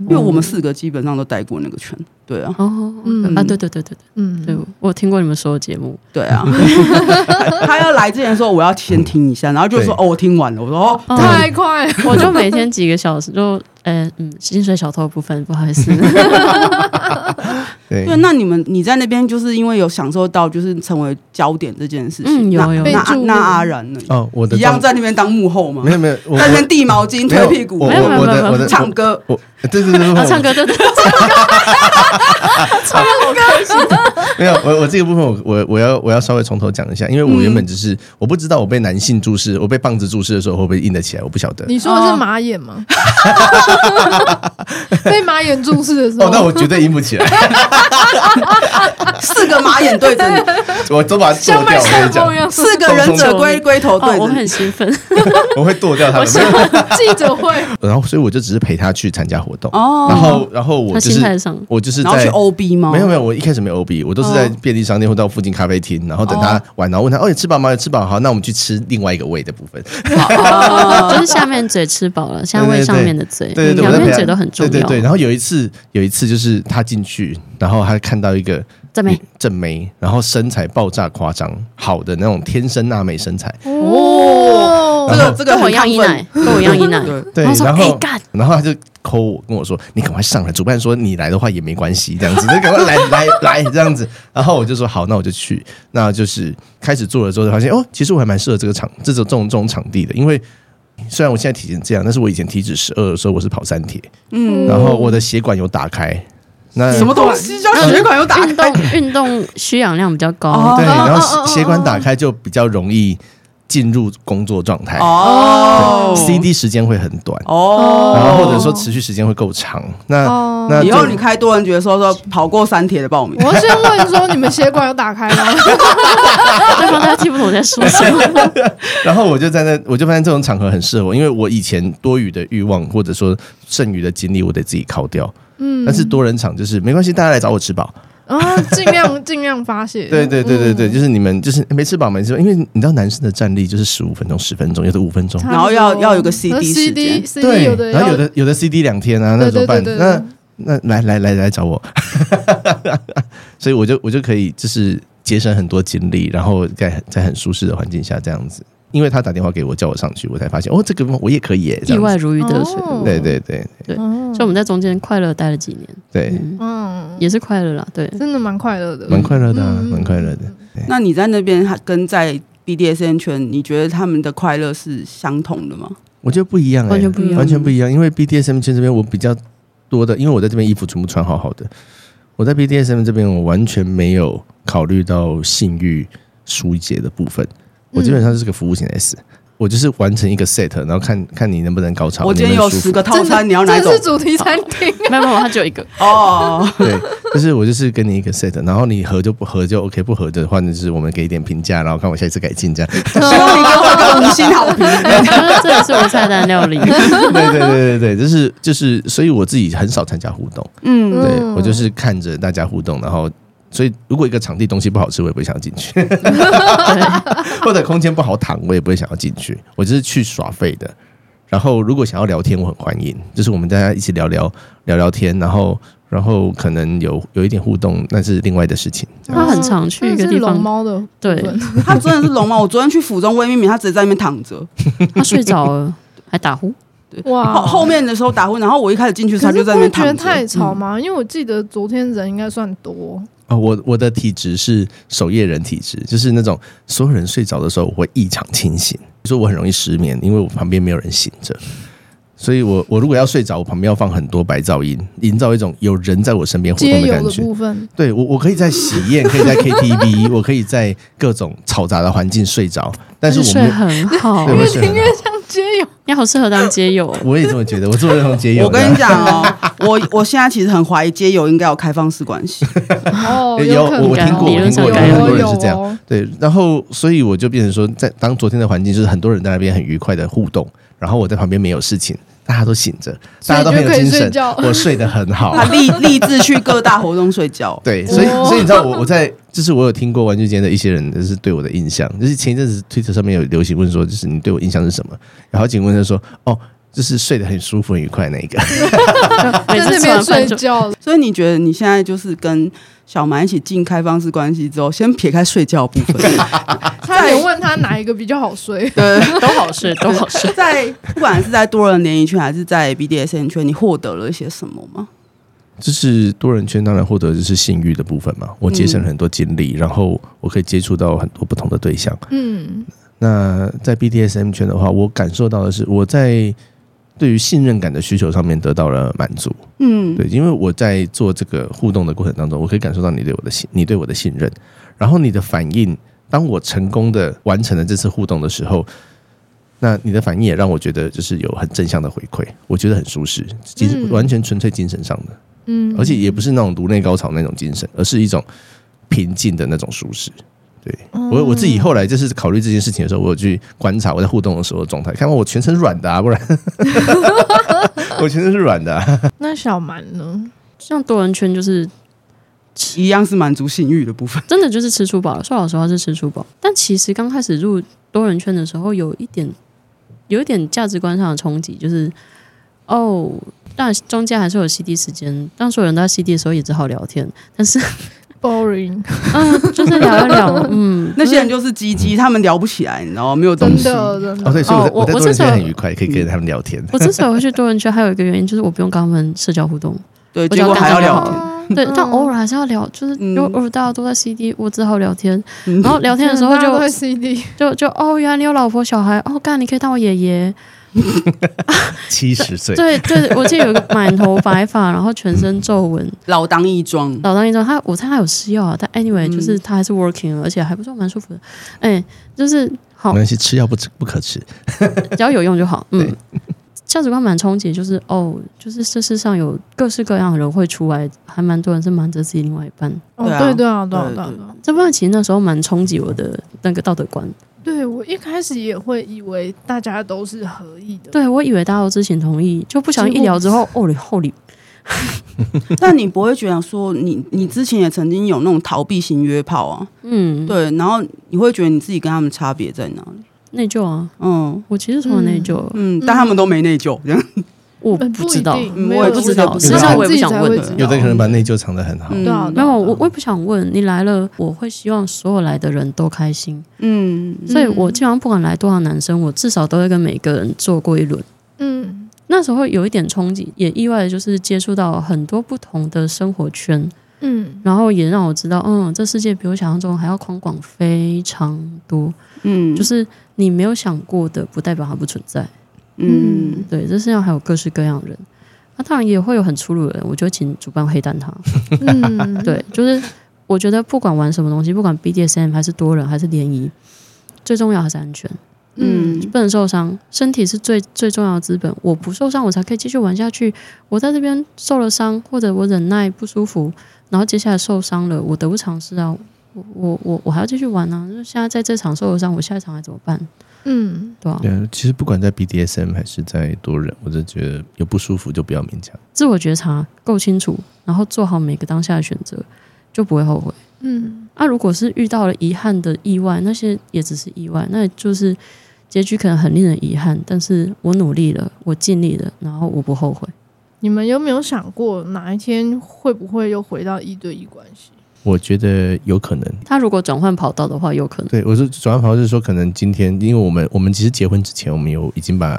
C: 因为我们四个基本上都待过那个圈。对啊，
A: 哦，
B: 嗯
A: 嗯啊，对对对对
B: 嗯，
A: 对，对，我有听过你们所有节目，
C: 对啊。 他他要来之前说我要先听一下，然后就说哦，我听完了。我说哦，
A: 哦
B: 太快了，
A: 我就每天几个小时就，呃嗯，薪水小偷的部分，不好意 思，
D: 对
C: 对，那你们你在那边就是因为有享受到就是成为焦点这件事情，
A: 嗯有
C: 那
A: 有
B: 被
C: 那那
B: 注目
C: 那阿然呢？
D: 哦，我的
C: 一样
D: 状
C: 在那边当幕后吗
D: 没？有没有，我
C: 在那边递毛巾、
D: 我
C: 推屁股
D: 我、
A: 没有没
D: 我
A: 有
D: 我
A: 没有
D: 的我的
C: 唱歌。
D: 我对对 对对，
A: 啊，
D: 我
A: 唱歌对对，对
D: 没有，我我这个部分我我我要我要稍微从头讲一下，因为我原本只是、我不知道我被男性注视，我被棒子注视的时候会不会硬得起来，我不晓得。
B: 你说的
C: 哦
B: 是马眼吗？ 被马眼注视的时候，
D: 哦，那我绝对硬不起来，
C: 四个马眼对着 你，
D: 我都把它
B: 像
D: 剁
B: 麦
D: 掉。我
B: 克风一
D: 跟你讲，
B: 样，
C: 四个忍者龟龟头对
A: 哦，我
C: 着
A: 很
C: 你。
A: 兴奋，
D: 我会剁掉它
B: 我
D: 的
B: 希。望记者 会，
D: 然后，所以我就只是陪他去参加活动，
C: 哦
D: 然后然后我
A: 他
D: 就
A: 心态
D: 是
A: 上
D: 我就是
C: 然后去
D: 在
C: OB 吗？
D: 没有没有，我一开始没有 OB，我都是在便利商店或到附近咖啡厅，然后等他玩，然后问他哦，你吃饱吗？吃饱，好，那我们去吃另外一个胃的部分。
C: 哦
A: 就是下面嘴吃饱了，下
D: 对
A: 胃
D: 对
A: 上面的嘴，嗯
D: 对对对，我
A: 两
D: 在陪
A: 边
D: 他
A: 嘴都很重要。
D: 对对对，然后有一次有一次就是他进去，然后他看到一个
A: 赞美
D: 女嗯正妹，然后身材爆炸夸张，好的那种天生娜美身材。
B: 哦
C: 这个这个
A: 跟我
C: 很
A: 一样
C: 亢
A: 一奶
C: 奋，。
A: 跟我一样一奶。
C: 对，
D: 对，
A: 然后说
D: 然
A: 哎
D: 后
A: 干，
D: 然后他就抠我，跟我说：“你赶快上来。”主办说：“你来的话也没关系，这样子，你赶快来来来这样子。” 然后我就说：“好，那我就去。”那就是开始做了之后，就发现哦，其实我还蛮适合这个场这种这种这种场地的，因为虽然我现在体型这样，但是我以前体脂十二的时候我是跑三铁，
C: 嗯，
D: 然后我的血管有打开，那
C: 什么东西叫
A: 嗯
C: 血管又打
A: 运
C: 开？
A: 动 运动需氧量比较高
C: 哦，
D: 对，然
B: 哦哦
D: 后
B: 哦
D: 血血管打开就比较容易进入工作状态、
C: 哦
D: CD 时间会很短，
C: 哦，
D: 然后或者说持续时间会够长。那、
B: 哦
D: 那
C: 以
D: 这
C: 后你开多人局的时候说跑过三铁的报名，
B: 我要先问说你们血管有打开吗？
A: 对方他听不懂我在说什么。
D: 然后我就在那，我就发现这种场合很适合我，因为我以前多余的欲望或者说剩余的精力，我得自己靠掉。
B: 嗯，
D: 但是多人场就是没关系，大家来找我吃饱。
B: 然后尽量尽量发泄，嗯
D: 对对对对对，就是你们就是没吃饱没吃饱，因为你知道男生的站立就是十五分钟、十分钟，有的五分钟。
B: 差不多，呃
C: 然后要要有个 CD 时
B: CD
C: 间
B: CD 有的
D: 然后有
B: 的
D: 的有的 CD 两天啊，
B: 对
D: 那怎么
B: 对对
D: 办？
B: 对，
D: 那那来来来来找我， 所以我就我就可以就是节省很多精力，然后在在很舒适的环境下这样子。因为他打电话给我叫我上去，我才发现哦，这个我也可以耶，
A: 意
D: 这样
A: 外
D: 子。
A: 如鱼得水。
B: 哦
D: 对对对
B: 哦
A: 所以我们在中间快乐待了几年，
D: 对，
B: 嗯，
A: 也是快乐啦。对，
B: 真的蛮快乐的，
D: 蛮快乐的啊
B: 嗯
D: 蛮快乐的。
C: 那你在那边还跟在 BDSN 圈，你觉得他们的快乐是相同的吗？
D: 我觉得不一样、欸，
A: 完全
C: 嗯
A: 不一样
D: 完全不一样。因为 BDSM 圈这边我比较多的，因为我在这边衣服全部穿好好的，我在 BDSM 这边我完全没有考虑到性欲疏解的部分，
C: 嗯
D: 我基本上就是个服务型的 S，、我就是完成一个 set，然后看看你能不能高潮，
C: 我今
D: 你
C: 天
D: 能
C: 有
D: 不能舒
C: 十
D: 服
C: 个套
B: 真的
C: 餐，你要哪一
B: 这
C: 种
B: 是？主题餐 厅，
A: 没有没有，他只有一个。
C: 哦，
D: 对，就是我就是跟你一个 set，然后你合就不合就 OK，不合的话那就是我们给一点评价，然后看我下一次改进这样。
C: 希 望你给我一个五星好评。
A: 这也是我菜单料理。
D: 对对对对对，就是就是，所以我自己很少参加互动。
C: 嗯，
D: 对
B: 嗯
D: 我就是看着大家互动，然后所以如果一个场地东西不好吃，我也不会想要进去；或者空间不好躺，我也不会想要进去。我就是去耍废的。然后如果想要聊天，我很欢迎，就是我们大家一起聊聊聊聊天，然后然后可能有有一点互动，那是另外的事情。这样
A: 他很常去一个
B: 真的
A: 地
B: 是龙
A: 方，
B: 猫的，
A: 对
C: 他真的是龙猫。我昨天去府中微命名，他直接在那边躺着。
A: 他睡着了还打呼，
B: 哇，
C: 后后面的时候打呼，然后我一开始进去，
B: 哦可
C: 他
B: 是
C: 就
B: 不
C: 在那
B: 会
C: 边
B: 觉得
C: 躺
B: 太
C: 着。
B: 吵吗？
D: 嗯
B: 因为我记得昨天人应该算多，
D: 哦，我我的体质是守夜人体质，就是那种所有人睡着的时候，我会异常清醒，所以我很容易失眠，因为我旁边没有人醒着。所以我我如果要睡着，我旁边要放很多白噪音，营造一种有人在我身边活
B: 街
D: 动的
B: 游
D: 感
B: 的
D: 觉。
B: 部分，
D: 对我，我可以在喜宴，可以在 KTV，我可 以在各种嘈杂的环境睡着，但是我
A: 睡
D: 们
A: 很好
D: 对，我睡很
B: 音乐
D: 好
B: 像哦街游，
A: 你好适合当街友。
D: 我也这么觉得，我这么认同解友。
C: 我跟你讲哦，我我现在其实很怀疑街友应该有开放式关系。
B: 哦，
D: 有
B: 可
D: 我
B: 能
D: 我听过，
A: 理
D: 我
A: 论
D: 听
A: 上
D: 过，有
A: 该有
D: 很多人
B: 有
D: 是这样。
B: 哦
D: 对，然后所以我就变成说，在当昨天的环境就是很多人在那边很愉快的互动，然后我在旁边没有事情，大家都醒着，
B: 所
D: 大
B: 以
D: 家都很
B: 就
D: 有
B: 可以
D: 精
B: 睡
D: 神
B: 觉，
D: 我睡得很 好
C: 他。立立志去各大活动睡觉。
D: 对，所以
B: 哦
D: 所以你知道我我在就是我有听过玩具间的一些人就是对我的印象，就是前一阵子 Twitter 上面有流行问说，就是你对我印象是什么？然后警问就说，哦，就是睡得很舒服、很愉快那一个。
A: 每次吃
B: 在那
A: 完
B: 边
A: 饭
B: 睡
A: 就
B: 觉，
C: 所以你觉得你现在就是跟小蛮一起进开放式关系之后，先撇开睡觉的部 分，，
B: 差点问他哪一个比较好睡
C: 对，
A: 都好睡，都好睡。
C: 在不管是在多人联谊圈还是在 BDSN 圈，你获得了一些什么吗？
D: 就是多人圈当然获得就是性欲的部分嘛，我节
B: 嗯
D: 省了很多精力，然后我可以接触到很多不同的对象。
B: 嗯，
D: 那在 BDSM 圈的话，我感受到的是我在对于信任感的需求上面得到了满足。
C: 嗯，
D: 对，因为我在做这个互动的过程当中，我可以感受到你对我的信，你对我的信任，然后你的反应，当我成功的完成了这次互动的时候。那你的反应也让我觉得就是有很正向的回馈，我觉得很舒适，精神、
B: 嗯
D: 完全纯粹精神上的，
B: 嗯，
D: 而且也不是那种颅内高潮那种精神，而是一种平静的那种舒适。
A: 嗯
D: 我
B: 嗯
D: 我自己后来就是考虑这件事情的时候，我有去观察我在互动的时候的状态，看到我全身软的啊，不然 我全身是软的、啊。
B: 那小蛮呢？
A: 像多人圈就是
C: 一样是满足性欲的部分。
A: 真的就是吃出饱了，说老实话是吃出饱。但其实刚开始入多人圈的时候，有一点有一点价值观上的冲击，就是哦，当然中间还是有 CD 时间，当所有人都在 CD 的时候也只好聊天，但是
B: boring，
A: 嗯，就是聊一 聊，嗯，
C: 那些人就是鸡鸡，他们聊不起来，你知道吗？没有东
B: 真
C: 西。
B: 的真
D: 哦，
B: 的，
D: 对，所以我在
A: 哦我
D: 我在
A: 我
D: 多人
A: 这时候
D: 圈很愉快，可以跟他们聊天。
A: 我之所以会去多人圈，还有一个原因就是我不用跟他们社交互动，
C: 对，
A: 我
C: 结果
A: 想
C: 还要
A: 干
C: 聊
A: 嘛
C: 天。
A: 对，但偶尔还是要聊，就是
C: 嗯
A: 如果偶尔大家都在 CD，我只好聊天，
C: 嗯
A: 然后聊天的时候
B: 大家都
A: 就
B: 会 CD，
A: 就就哦，原来你有老婆小孩，哦，干，你可以当我爷爷，
D: 七十岁，
A: 对对，我记得有一个满头白发，然后全身皱纹，
C: 老当益壮，
A: 老当益壮。他我猜他有吃药啊，但 anyway
C: 嗯
A: 就是他还是 working，而且还不错，蛮舒服的。哎，就是
D: 没
A: 好，
D: 关系，吃药不吃不可吃。
A: 只要有用就好。嗯
D: 对，
A: 价值观蛮冲击，就是哦，就是这世上有各式各样的人会出来，还蛮多人是瞒着自己另外一半。
B: 哦，
C: 对啊
B: 对对啊，对啊，
C: 对
B: 对啊
C: 对
B: 对啊。
A: 这部分其实那时候蛮冲击我的那个道德观，
B: 对我一开始也会以为大家都是合意的，
A: 对我以为大家都知情同意，就不小心一聊之后，哦你后里
C: 但你不会觉得说你你之前也曾经有那种逃避型约炮啊，
A: 嗯，
C: 对，然后你会觉得你自己跟他们差别在哪里？
A: 内疚啊，
C: 嗯
A: 我其实从来内疚，
B: 嗯
C: 嗯，但他们都没内疚，这样
A: 我
B: 呃
A: 不
B: 不
A: 知
B: 一
A: 道，
B: 定
C: 嗯
B: 没
C: 我
B: 有
C: 也
B: 人
C: 不
B: 知
C: 知道
B: 道
C: 事
A: 实
C: 实上
A: 我也不想问
B: 自己才会知
D: 有
B: 道
D: 的人可能把内疚藏得很好，
C: 嗯
B: 对啊，
A: 没有，
B: 对啊
A: 我我也不想问你来了，我会希望所有来的人都开心，
C: 嗯，
A: 所以我基本上不管来多少男生，我至少都会跟每个人做过一轮。
B: 嗯
A: 那时候有一点冲击，也意外的就是接触到很多不同的生活圈，
B: 嗯
A: 然后也让我知道，嗯，这世界比我想象中还要宽广非常多。
C: 嗯，
A: 就，是你没有想过的，不代表它不存在。
C: 嗯，
A: 对，这世界上还有各式各样的人。那、当然也会有很粗鲁的人，我就会请主办黑单他。
B: 嗯，
A: 对，就是我觉得不管玩什么东西，不管 BDSM 还是多人还是联谊，最重要还是安全，
C: 嗯，
A: 不能受伤。身体是最最重要的资本，我不受伤，我才可以继续玩下去。我在这边受了伤，或者我忍耐不舒服，然后接下来受伤了，我得不偿失啊！我我我我还要继续玩啊！就现在在这场受了伤，我下一场还怎么办？
B: 嗯
A: 对吧、
D: 对啊，其实不管在 BDSM 还是在多人，我都觉得有不舒服就不要勉强。
A: 自我觉察够清楚，然后做好每个当下的选择，就不会后悔。
B: 嗯
A: 啊，如果是遇到了遗憾的意外，那些也只是意外，那就是结局可能很令人遗憾，但是我努力了，我尽力了，然后我不后悔。
B: 你们有没有想过哪一天会不会又回到一对一关系？
D: 我觉得有可能，
A: 他如果转换跑道的话，有可能。
D: 对我是转换跑道是说，可能今天因为我们我们其实结婚之前，我们有已经把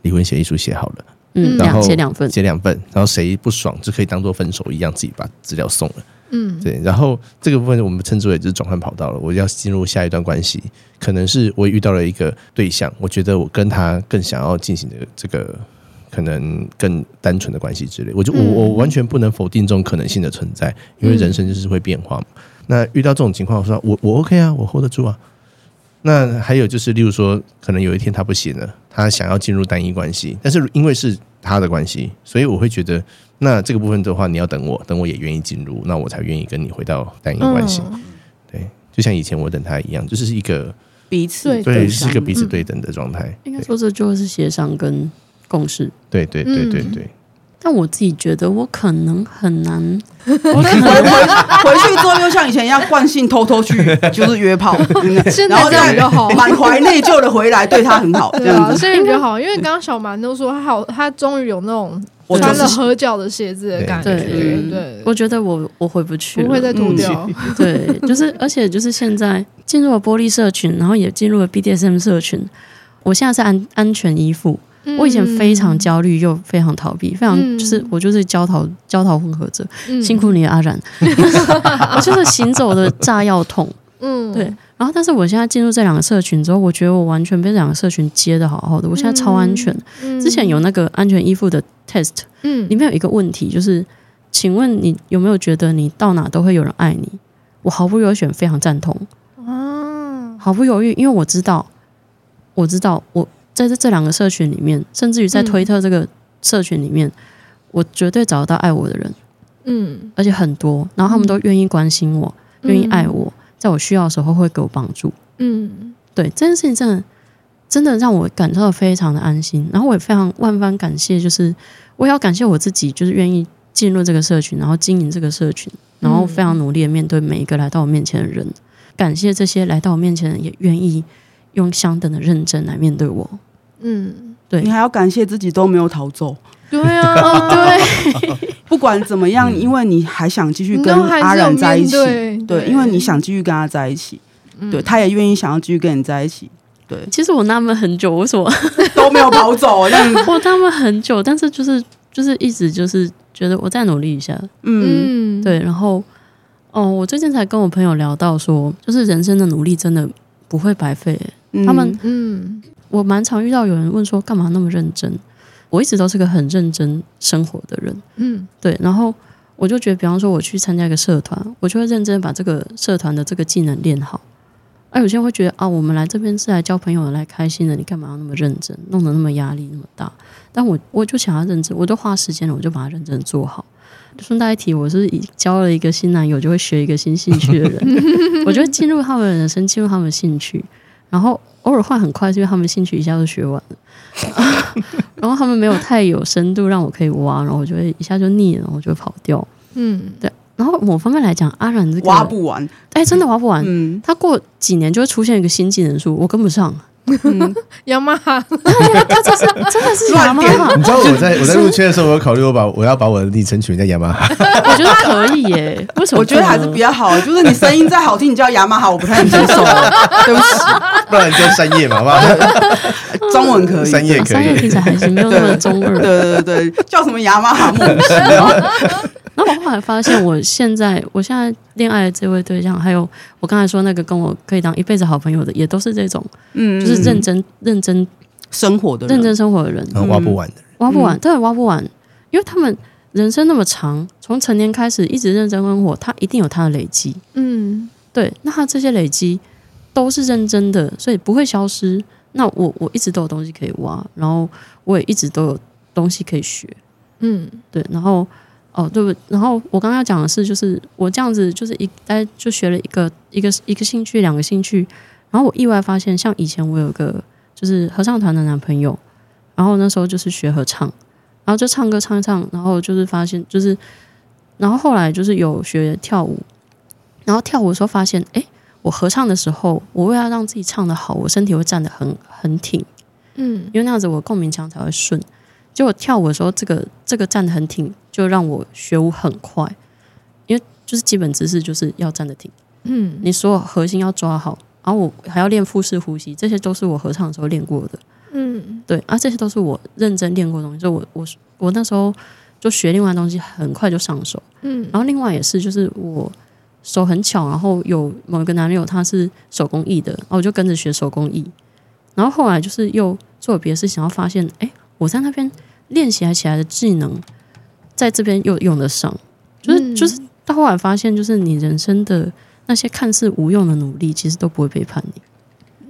D: 离婚协议书写好了，
A: 嗯，
B: 然
A: 两
D: 后
A: 写两份，
D: 写两份，然后谁不爽就可以当做分手一样，自己把资料送了。
B: 嗯，
D: 对，然后这个部分我们称之为就是转换跑道了。我要进入下一段关系，可能是我遇到了一个对象，我觉得我跟他更想要进行的这个可能更单纯的关系之类。我就我
B: 嗯
D: 我完全不能否定这种可能性的存在，因为人生就是会变化嘛。那遇到这种情况，我说我我 OK 啊，我 hold 得住啊。那还有就是，例如说，可能有一天他不行了，他想要进入单一关系，但是因为是他的关系，所以我会觉得，那这个部分的话，你要等我，等我也愿意进入，那我才愿意跟你回到单一关系。
B: 嗯
D: 对，就像以前我等他一样，就是一个
C: 彼此
B: 对
D: 对，
B: 等
D: 是
C: 上
D: 一个 彼此
B: 嗯
D: 对等的状态。
A: 应该说这就是协商跟共识。
D: 对对对对对
B: 嗯
D: 对，
A: 但我自己觉得我可能很难，
C: 回去之后又像以前一样惯性偷 偷去就是约炮，真的
B: 现
C: 然
B: 在
C: 后
B: 这样比较好。
C: 满怀内疚的回来，对他很好，这
B: 哦 对
C: 样
B: 啊，
C: 子。
B: 现在比较好，因为刚刚小蛮都说他好，他终于有那种
C: 我就
B: 穿了
C: 是
B: 合脚的鞋子的感觉，
A: 对对
C: 对
B: 对，
A: 我觉得我我回不去了，
B: 不会再脱掉。
A: 对，就是而且就是现在进入了玻璃社群，然后也进入了 BDSM 社群，我现在是安安全依附，嗯我以前非常
B: 焦，
A: 焦虑又非常逃避，非常
B: 嗯
A: 就是我就是焦逃焦逃混合者，
B: 嗯
A: 辛，苦你了阿 然，我就是行走的炸药桶。
B: 嗯，
A: 对，然后但是我现在进入这两个社群之后，我觉得我完全被这两个社群接的好好的，我现在超安全。
B: 嗯
A: 之前有，那个安全依附的 test，
B: 嗯
A: 里面有一个问题就是，请问你有没有觉得你到哪都会有人爱你？我毫不犹豫选非常赞同，
B: 啊，
A: 毫不犹豫，因为我知道，我知道，我在这这两个社群里面，甚至于在
B: 嗯
A: 推特这个社群里面，我绝对找得到爱我的人，
B: 嗯，
A: 而且很多，然后他们都愿意关心我，愿意爱我，在我需要的时候会给我帮助。
B: 嗯，
A: 对这件事情，真的真的让我感到非常的安心，然后我也非常万分感谢，就是我也要感谢我自己，就是愿意进入这个社群，然后经营这个社群，然后非常努力的面对每一个来到我面前的人，感谢这些来到我面前的人也愿意用相等的认真来面对我。
B: 嗯，
A: 对
C: 你还要感谢自己都没有逃走，
B: 对啊，对，
C: 不管怎么
D: 嗯
C: 样，因为你还想继续
B: 你
C: 跟
B: 都还
C: 阿
B: 是有
C: 然在一
B: 面
C: 起，
B: 对，
C: 对，因为你，想继续跟他在一起，
B: 嗯
C: 对，他也愿意想要继续跟你在一 起，
A: 其实我纳闷很久，为什么
C: 都没有跑走， 那样
A: 我纳闷很久，但是就是就是一直就是觉得我再努力一下，
C: 嗯
B: 嗯，
A: 对，然后，哦，我最近才跟我朋友聊到说，就是人生的努力真的不会白费欸、
C: 嗯
A: 他们
B: 嗯，
A: 我蛮常遇到有人问说，干嘛那么认真？我一直都是个很认真生活的人，
B: 嗯，
A: 对。然后我就觉得，比方说我去参加一个社团，我就会认真地把这个社团的这个技能练好。而有些人会觉得啊，我们来这边是来交朋友的，来开心的，你干嘛要那么认真，弄得那么压力那么大？但我我就想要认真，我都花时间了，我就把它认真地做好。顺带一提，我是以交了一个新男友，就会学一个新兴趣的人，我就会进入他们的人生，进入他们的兴趣，然后偶尔换很快，是因为他们兴趣一下就学完了， 然后他们没有太有深度让我可以挖，然后我就会一下就腻了，然后我就会跑掉。
B: 嗯，
A: 然后某方面来讲，阿然这个
C: 挖不完，
A: 哎，真的挖不完，
C: 嗯，
A: 他过几年就会出现一个新技能树，我跟不上。嗯，
B: 杨妈哈，
A: 他这是 真的是
C: 乱
A: 雅
C: 点
A: 马哈，
D: 你知道我在我在入圈的时候，我有考虑我把我要把我的昵称取名叫雅马 哈，
A: 我觉得可以耶。为什么不呢？
C: 我觉得还是比较好，就是你声音再好听，你叫雅马哈，我不太能接受，啊 对不起，
D: 不然你叫三叶嘛，好不好？
C: 中文可以，
D: 三叶可
A: 商业
D: 以
A: 听。起来还行，没有那么中
C: 对
A: 二。
C: 对对对，叫什么雅马哈 莫名其妙，
A: 那我后来发现，我现在我现在恋爱的这位对象，还有我刚才说那个跟我可以当一辈子好朋友的，也都是这种，
C: 嗯，
A: 就是认真、认真、
C: 生活的人
A: 认真生活的人，
D: 然后挖不完的，
A: 挖不完，真的挖不完，因为他们人生那么长，从成年开始一直认真生活，他一定有他的累积。
B: 嗯，
A: 对，那他这些累积都是认真的，所以不会消失。那我我一直都有东西可以挖，然后我也一直都有东西可以学。
B: 嗯，
A: 对，然后哦，对不？然后我刚刚要讲的是，就是我这样子，就是一哎，就学了一个一个一个兴趣，两个兴趣，然后我意外发现，像以前我有个就是合唱团的男朋友，然后那时候就是学合唱，然后就唱歌唱一唱，然后就是发现就是，然后后来就是有学跳舞，然后跳舞的时候发现，哎，我合唱的时候，我为了让自己唱的好，我身体会站得很很挺。
B: 嗯，
A: 因为那样子我共鸣腔才会顺。结果跳舞的时候，这个这个站得很挺，就让我学舞很快，因为就是基本姿势就是要站得挺，
B: 嗯，
A: 你所有核心要抓好，然后我还要练腹式呼吸，这些都是我合唱的时候练过的，
B: 嗯，
A: 对啊，这些都是我认真练过的东西，所以我我我那时候就学另外的东西，很快就上手。
B: 嗯，
A: 然后另外也是，就是我手很巧，然后有某一个男友他是手工艺的，然后我就跟着学手工艺。然后后来就是又做了别的事情，然后发现，哎，我在那边练习起来的技能，在这边又用得上。就是、
B: 嗯
A: 就是到后来发现，就是你人生的那些看似无用的努力，其实都不会背叛你。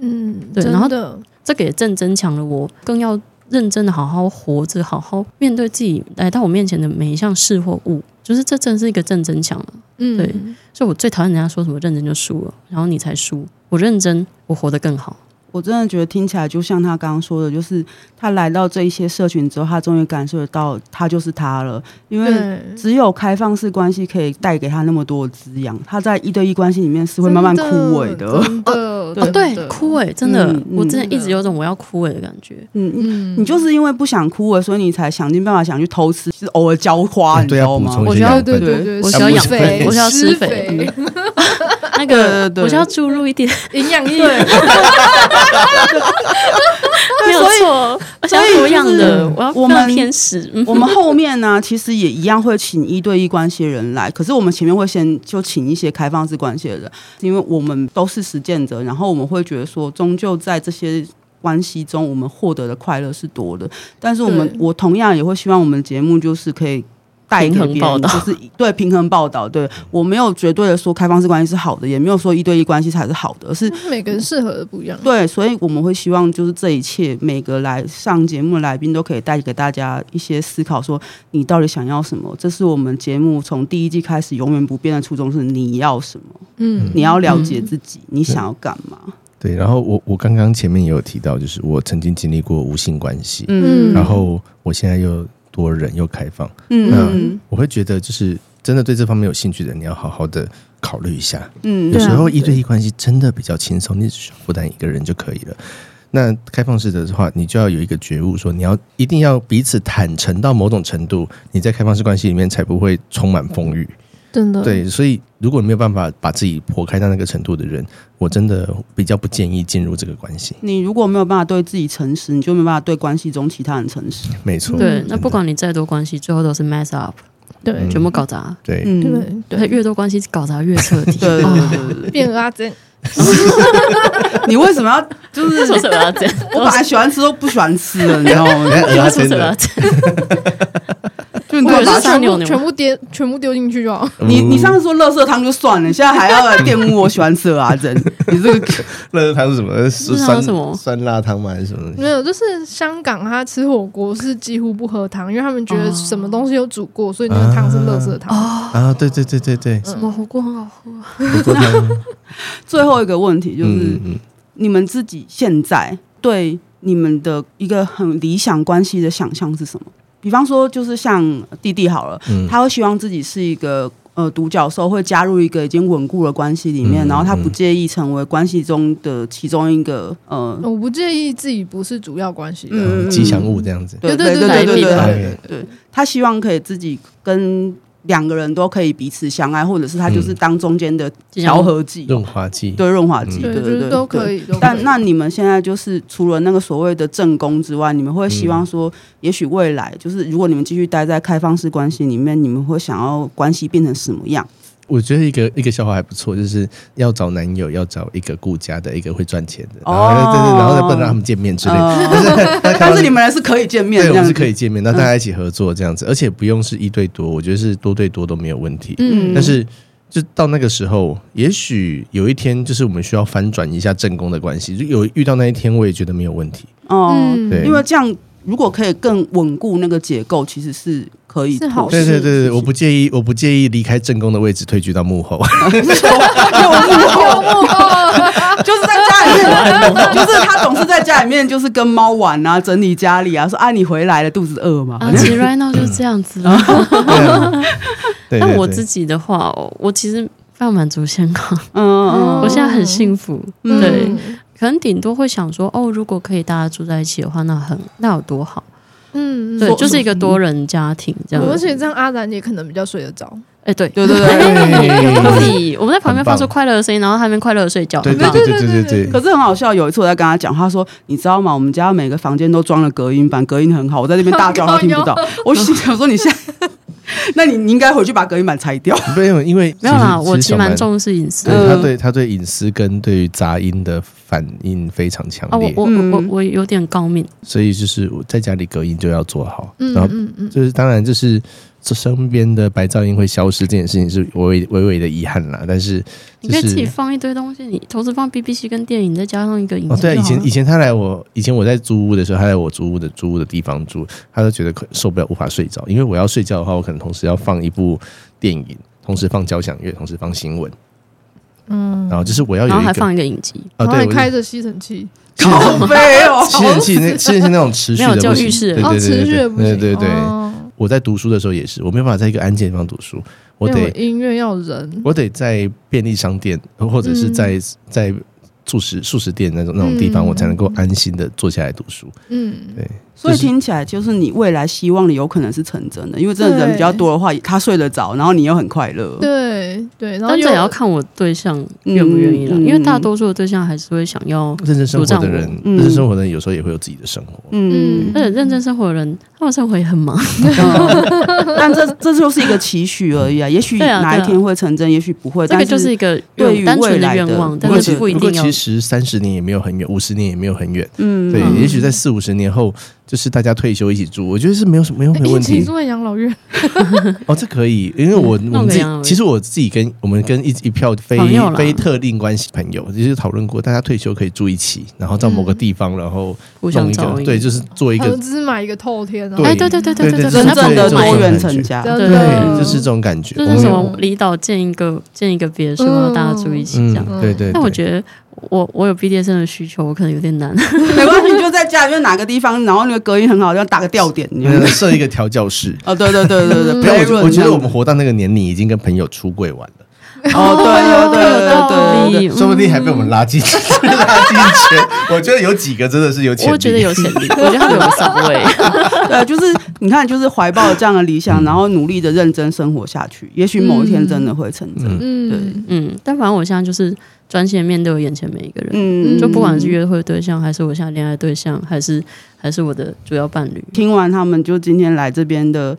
B: 嗯，
A: 对
B: 真
A: 然后
B: 的，
A: 这个也正增强了我，更要认真的好好活着，好好面对自己来到我面前的每一项事或物。就是这真是一个正增强了。
B: 嗯，
A: 对所以我最讨厌人家说什么认真就输了，然后你才输。我认真，我活得更好。
C: 我真的觉得听起来就像他刚刚说的，就是他来到这一些社群之后，他终于感受得到他就是他了，因为
B: 对，
C: 只有开放式关系可以带给他那么多的滋养，他在一对一关系里面是会慢慢枯萎的。
B: 真的，
A: 哦，
B: 真
A: 对，
B: 的，
A: 枯萎真的，
C: 嗯嗯
A: 我真的一直有种我要枯萎的感觉。
C: 嗯，
B: 嗯，
C: 你就是因为不想枯萎，所以你才想尽办法想去偷吃，就是偶尔浇花，
D: 嗯
C: 你知道吗
D: 对啊补？充
B: 我
D: 一
B: 需
D: 些
B: 要
D: 养
B: 对
D: 分
B: 对对，
A: 我需
B: 施
A: 要养
D: 分
B: 肥
A: 我需要施
B: 施
A: 肥
B: 肥，
A: 那个，
C: 对对对
A: 我就要注入一点，
B: 营养液，
A: 没有
C: 所以
A: 错，我想
C: 所以
A: 要多样的，
C: 就是
A: 我要
C: 嗯我
A: 当
C: 们
A: 天使。嗯
C: 我们后面呢、其实也一样会请一对一关系的人来，可是我们前面会先就请一些开放式关系的人，因为我们都是实践者，然后我们会觉得说，终究在这些。关系中，我们获得的快乐是多的，但是我们
B: 对
C: 我同样也会希望我们节目就是可以带给
A: 平衡
C: 别
A: 报
C: 人，
A: 道
C: 就是对平衡报道。对我没有绝对的说开放式关系是好的，也没有说一对一关系才是好的，而是
B: 每个人适合的不一样，
C: 对，所以我们会希望就是这一切，每个来上节目的来宾都可以带给大家一些思考，说你到底想要什么？这是我们节目从第一季开始永远不变的初衷，是你要什么？
B: 嗯，
C: 你要了解自己，你想要干嘛？
D: 对，然后我我刚刚前面也有提到，就是我曾经经历过无性关系，
B: 嗯
D: 然后我现在又多人又开放，
C: 嗯
D: 我会觉得就是真的对这方面有兴趣的人，你要好好的考虑一下。
C: 嗯
D: 有
B: 对啊
D: 时候一对一关系真的比较轻松，你只需要负担一个人就可以了。那开放式的话，你就要有一个觉悟，说你要一定要彼此坦诚到某种程度，你在开放式关系里面才不会充满风雨。
A: 嗯
B: 真的，
D: 对，所以如果你没有办法把自己剖开到那个程度的人，我真的比较不建议进入这个关系。
C: 你如果没有办法对自己诚实，你就没办法对关系中其他人诚实。
D: 没错，
A: 对
B: 嗯，
A: 那不管你再多关系，最后都是 mess up，
B: 对
D: 嗯
A: 全部搞砸。
D: 对，
C: 嗯，对
B: 对
A: 对，越多关系搞砸越彻底。 啊
C: 对
A: 哇
C: 对对对，
B: 变阿珍，
C: 你为什么要？就是
A: 说什么要这 样？
C: 我本来喜欢吃都不喜欢吃了，你知道吗？
D: 你看
A: 我
D: 鹅
A: 说
D: 真
A: 什么要
D: 的，
A: 这样？
C: 就你
B: 我
C: 知
B: 可
C: 道吗
B: 是全
A: 上牛
B: 部
A: 牛
B: 全部丢全部丢进去就好，
C: 你
D: 嗯
C: 你上次说垃圾汤就算了，现在还要来玷污我喜欢吃的阿 珍，你这个
D: 那是汤是什么？是
A: 那
D: 酸
A: 是什么
D: 酸辣汤吗？还是什么？
B: 没有，就是香港他吃火锅是几乎不喝汤，因为他们觉得什么东西有煮过，所以那个汤是垃圾汤。嗯
D: 啊，对对对对对，
A: 哦什么火锅很好喝啊？
D: 不过汤，
C: 最后一个问题就是，
D: 嗯嗯嗯，
C: 你们自己现在对你们的一个很理想关系的想象是什么？比方说，就是像弟弟好了，
D: 嗯
C: 他会希望自己是一个。呃独角兽会加入一个已经稳固的关系里面，
D: 嗯
C: 然后他不
D: 嗯
C: 介意成为关系中的其中一个呃，
B: 嗯我不介意自己不是主要关系的，
C: 嗯
D: 嗯吉祥物这样子。哎
C: 对
B: 对对
C: 对对对对
D: 来
C: 对
D: 宾
B: 对对，
C: 他希望可以自己跟两个人都可以彼此相爱，或者是他
D: 嗯
C: 就是当中间的 调和剂，
D: 润滑剂，
C: 对润滑剂，
D: 嗯
B: 对，
C: 对
B: 就
C: 对
B: 是
C: 对，
B: 都
C: 对
B: 可以。都可以嗯
C: 但那你们现在就是除了那个所谓的正宫之外，你们会希
D: 嗯
C: 望说，也许未来就是如果你们继续待在开放式关系里面，你们会想要关系变成什么样？
D: 我觉得一个一个笑话还不错，就是要找男友要找一个顾家的，一个会赚钱的，然后
C: 哦
D: 对对，然后再不能让他们见面之类的。
C: 呃但是你们还是可以见面，嗯
D: 对，
C: 这
D: 我
C: 样
D: 们
C: 子
D: 是可以见面，那大家一起合作这样子，而且不用是一对多，我觉得是多对多都没有问题。
B: 嗯，
D: 但是就到那个时候，也许有一天，就是我们需要翻转一下正宫的关系。就有遇到那一天，我也觉得没有问题。
C: 哦，
B: 嗯
D: 对
C: 因为这样如果可以更稳固那个结构，其实是可以
B: 是
C: 妥协。
B: 好
D: 对对对对，
C: 是
D: 对我不介意，我不介意离开正宫的位置，退居到幕后。
C: 就是在家里面，就是他总是在家里面，就是跟猫玩啊，整理家里啊，说啊你回来了，肚子饿吗？
B: 嗯
A: 啊，其实 right now 就是这样子 了。
D: 对啊对
A: 但
D: 对
A: 我
D: 对
A: 自己的话，哦我其实非常满足现况，
C: 嗯
B: 哦
A: 我现在很幸福。
C: 嗯
A: 对，
B: 嗯，
A: 可能顶多会想说，哦，如果可以大家住在一起的话，那很那有多好。
B: 嗯，
A: 对，
C: 说
A: 就是一个多人家庭这样
B: 而
A: 子。
B: 且这样阿兰也可能比较睡得着。
A: 哎，对。
C: 对对对。
A: 合
D: 对
A: 理，我们在旁边发出快乐的声音，然后他们快乐的睡觉，
D: 对
A: 很棒
D: 对对对对
C: 可
D: 对，
C: 是很好笑，有一次我在跟他讲，他说：“你知道吗？我们家每个房间都装了隔音板，隔音很好。”我在那边大叫，他听 不到。
B: 哦
C: 我心想说：“你现在， 那你你应该回去把隔音板拆掉。
D: 没有因为
A: 没有啦，
D: 其实
A: 我其实蛮
D: 小蛮
A: 重呃视隐私
D: 对
A: 的。
D: 他
C: 嗯
D: 对他对隐私跟对于杂音的反应非常强
A: 啊，我
D: 烈，
A: 我我
C: 嗯
A: 我我有点高敏，
D: 所以就是我在家里隔音就要做好，
B: 嗯
D: 然后
B: 嗯嗯，
D: 就是当然就是这身边的白噪音会消失这件事情是微微微的遗憾啦，但是
A: 你
D: 就
A: 可以自己
D: 是。
A: 放一堆东西，你同时放 BBC 跟电影，再加上一个影
D: 哦，
A: 集
D: 对啊，以
A: 就好了
D: 前以前他来我以前我在租屋的时候，他来我租屋的租屋的地方住，他都觉得快受不了，无法睡着，因为我要睡觉的话，我可能同时要放一部电影，同时放交响乐，同时放新闻，嗯，然后就是我要
A: 然
D: 有
A: 后
D: 一
A: 还
D: 个
A: 放一个影集，
D: 啊，
B: 然后
D: 对，
B: 还
D: 我
B: 哦开着吸尘器，
C: 好悲 哦，
D: 吸尘器那吸尘器那种持续
A: 没
D: 的
A: 有就
D: 不行
A: 浴室
D: 对
B: 哦，
D: 对
B: 持
D: 对
B: 续
D: 对
B: 的不行
D: 对，对对对，
B: 哦
D: 我在读书的时候也是，我没有办法在一个安静的地方读书，我
B: 没有
D: 得
B: 音乐要有人，
D: 我得在便利商店或者是在、在素食素食店那种那种地方，
B: 嗯
D: 我才能够安心的坐下来读书。
B: 嗯，
D: 对，
C: 所以
D: 就是
C: 听起来就是你未来希望你有可能是成真的，因为真的人
B: 对
C: 比较多的话，他睡得着，然后你又很快乐。
B: 对对，然后
A: 但这
B: 又
A: 也要看我对象愿不愿意了，
C: 嗯嗯
A: 因为大多数的对象还是会想要，
D: 认真生活的人，
C: 嗯
D: 认真生活的人有时候也会有自己的生活。
B: 嗯，
C: 嗯
A: 而且认真生活的人，他们生活也很忙，
C: 嗯 但这这就是一个期许而已啊，也许
A: 对啊
C: 哪一天会成真，也许不会。
A: 这个就
C: 但
A: 是一个
C: 对于
A: 单纯
C: 未来的
A: 愿望，
C: 不
A: 但
D: 不过
C: 过
D: 其
A: 是
D: 不
A: 不一
D: 过
A: 定要哦
D: 其。实三十年也没有很远，五十年也没有很远。
C: 嗯，
D: 对，
C: 嗯
D: 也许在四五十年后，就是大家退休一起住，我觉得是没有什么没有没有
B: 一
D: 问
A: 哎
D: 题
B: 起。住在养老院，
D: 哦，这可以，因为我我
A: 嗯弄
D: 们
A: 个
D: 自己
A: 样而已
D: 其实我自己跟我们跟一一票非
A: 朋友啦
D: 非特定关系朋友，就是讨论过，大家退休可以住一起，然后到某个地方，然后
A: 嗯互相
D: 弄一
A: 照
D: 个
A: 应
D: 对，就是做一
B: 合
D: 个
B: 资买一个透天啊，
D: 对
A: 哎，对对对对
D: 对
A: 对，
D: 对
C: 真
A: 那
C: 正的
A: 房子买
C: 多
A: 了
C: 元成家，
B: 真
A: 对
B: 的
D: 对，就是这种感觉。
A: 就
D: 我
A: 是
D: 们
A: 什
D: 有
A: 么离岛建一个建一个别墅，然后大家住一起这样。
D: 嗯，对对。
A: 但我
D: 对
A: 觉得我我有 BDSM 的需求，我可能有点难。
C: 没关系，你就在家里面哪个地方，然后那个隔音很好，就打个吊点，你知道
D: 嗯
C: 吗
D: 设一个调教 室。
C: 哦，对对对对对，
D: 没有，我觉得我觉得我们
C: 们
D: 活到那个年龄，已经跟朋友出柜完了，
C: 哦，对对对对对
A: 有道理
C: 对，
A: 嗯
D: 说不定还被我们拉进拉进圈。我觉得有几个真的是有潜力，
A: 嗯我觉得有潜力，我觉得他们有上位。
C: 对，就是你看，就是怀抱这样的理
D: 嗯
C: 想，然后努力的认真生活下去，也许某一天真的会成真。
D: 嗯，
B: 嗯，
A: 嗯，但反正我现在就是专心地面对我眼前每一个人，
C: 嗯
A: 就不管是约会对象，还是我现在恋爱对象，还是还是我的主要伴侣。
C: 听完他们就今天来这边的，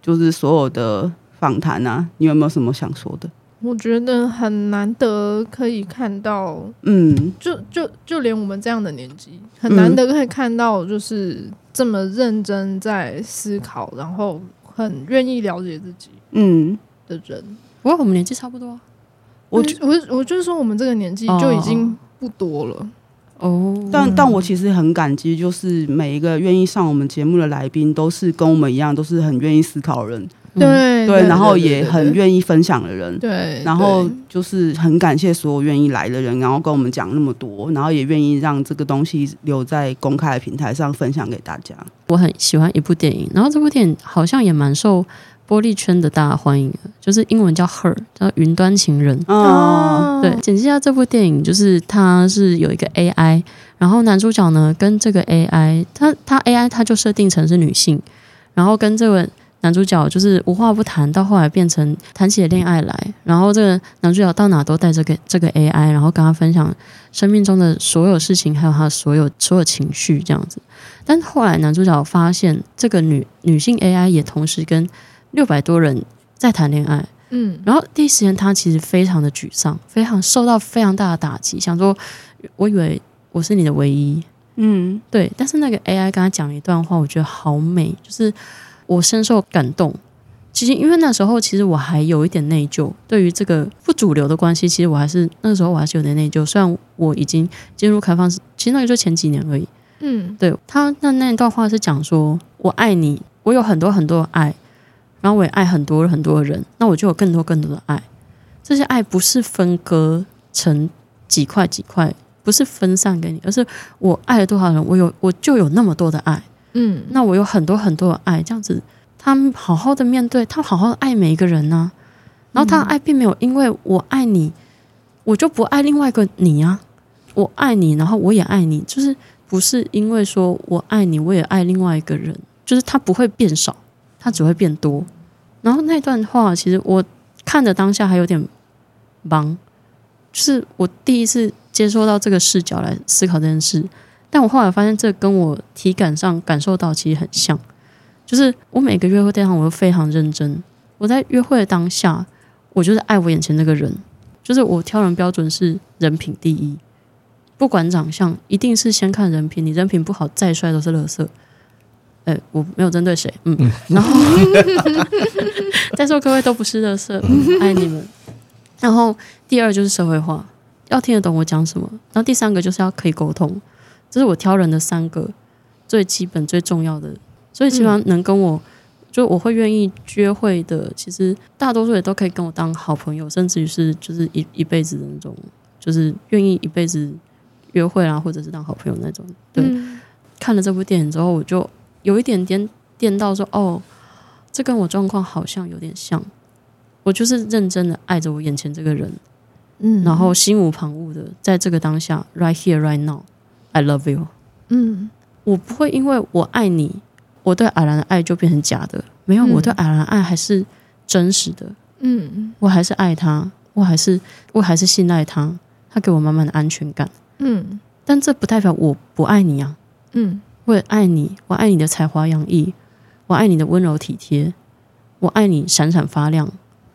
C: 就是所有的访谈啊，你有没有什么想说的？
B: 我觉得很难得可以看到，
C: 嗯
B: 就就就连我们这样的年纪，很
C: 嗯
B: 难得可以看到，就是这么认真在思考，然后很愿意了解自己
C: 嗯，
B: 的人。
A: 不过我们年纪差不多啊
C: 我
B: 就我我就是说，我们这个年纪
A: 哦
B: 就已经不多了。
A: 哦，
C: 但但我其实很感激，就是每一个愿意上我们节目的来宾，都是跟我们一样，都是很愿意思考的人。
A: 哦
B: 对
C: 对，然后也
B: 对
C: 很愿意分享的人。
B: 对，
C: 然后
B: 对
C: 就是很感谢所有愿意来的人，然后跟我们讲那么多，然后也愿意让这个东西留在公开的平台上分享给大家。
A: 我很喜欢一部电影，然后这部电影好像也蛮受玻璃圈的大家欢迎的，就是英文叫《Her》，叫《云端情人》。
C: 嗯，
B: 哦啊
A: 对，简介一下这部电影，就是它是有一个 AI，然后男主角呢跟这个 AI，他他 AI 他就设定成是女性，然后跟这位男主角就是无话不谈，到后来变成谈起了恋爱来，然后这个男主角到哪都带这个这个 AI，然后跟他分享生命中的所有事情，还有他所有所有情绪这样子。但后来男主角发现，这个女女性 AI 也同时跟六百多人在谈恋爱，
B: 嗯，
A: 然后第一时间他其实非常的沮丧，非常受到非常大的打击，想说我以为我是你的唯一，
C: 嗯，
A: 对，但是那个 AI 跟他讲了一段话，我觉得好美，就是我深受感动。其实因为那时候其实我还有一点内疚，对于这个不主流的关系，其实我还是那时候我还是有点内疚。虽然我已经进入开放式，其实那个就前几年而已。
B: 嗯，
A: 对他那那一段话是讲说，我爱你，我有很多很多的爱，然后我也爱很多很多的人，那我就有更多更多的爱。这些爱不是分割成几块几块，不是分散给你，而是我爱了多少人，我有我就有那么多的爱。
B: 嗯，
A: 那我有很多很多的爱，这样子，他好好的面对，他好好的爱每一个人呢、然后他的爱并没有因为我爱你，我就不爱另外一个你啊。我爱你，然后我也爱你，就是不是因为说我爱你，我也爱另外一个人，就是他不会变少，他只会变多。然后那段话，其实我看的当下还有点忙，就是我第一次接收到这个视角来思考这件事。但我后来发现，这跟我体感上感受到其实很像，就是我每个约会对象，我都非常认真。我在约会的当下，我就是爱我眼前这个人，就是我挑人标准是人品第一，不管长相，一定是先看人品。你人品不好，再帅都是垃圾。哎、我没有针对谁，嗯， 然后在座各位都不是垃圾，嗯爱你们。然后第二就是社会化，要听得懂我讲什么。然后第三个就是要可以沟通，这是我挑人的三个最基本最重要的。所以基本上能跟我，就我会愿意约会的，其实大多数也都可以跟我当好朋友，甚至于是就是一一辈子的那种，就是愿意一辈子约会啊，或者是当好朋友那种。对，
B: 嗯
A: 看了这部电影之后，我就有一点点电到说，哦，这跟我状况好像有点像。我就是认真的爱着我眼前这个人，
B: 嗯，
A: 然后心无旁骛的在这个当下，right here right now，I love you。
B: 嗯
A: 我不会因为我爱你，我对阿兰的爱就变成假的。没有，
B: 嗯
A: 我对阿兰的爱还是真实的，
B: 嗯
A: 我还是爱他，我还是我还是信赖他，他给我满满的安全感。
B: 嗯
A: 但这不代表我不爱你啊，
B: 嗯
A: 我也爱你，我爱你的才华洋溢，我爱你的温柔体贴，我爱你闪闪发亮。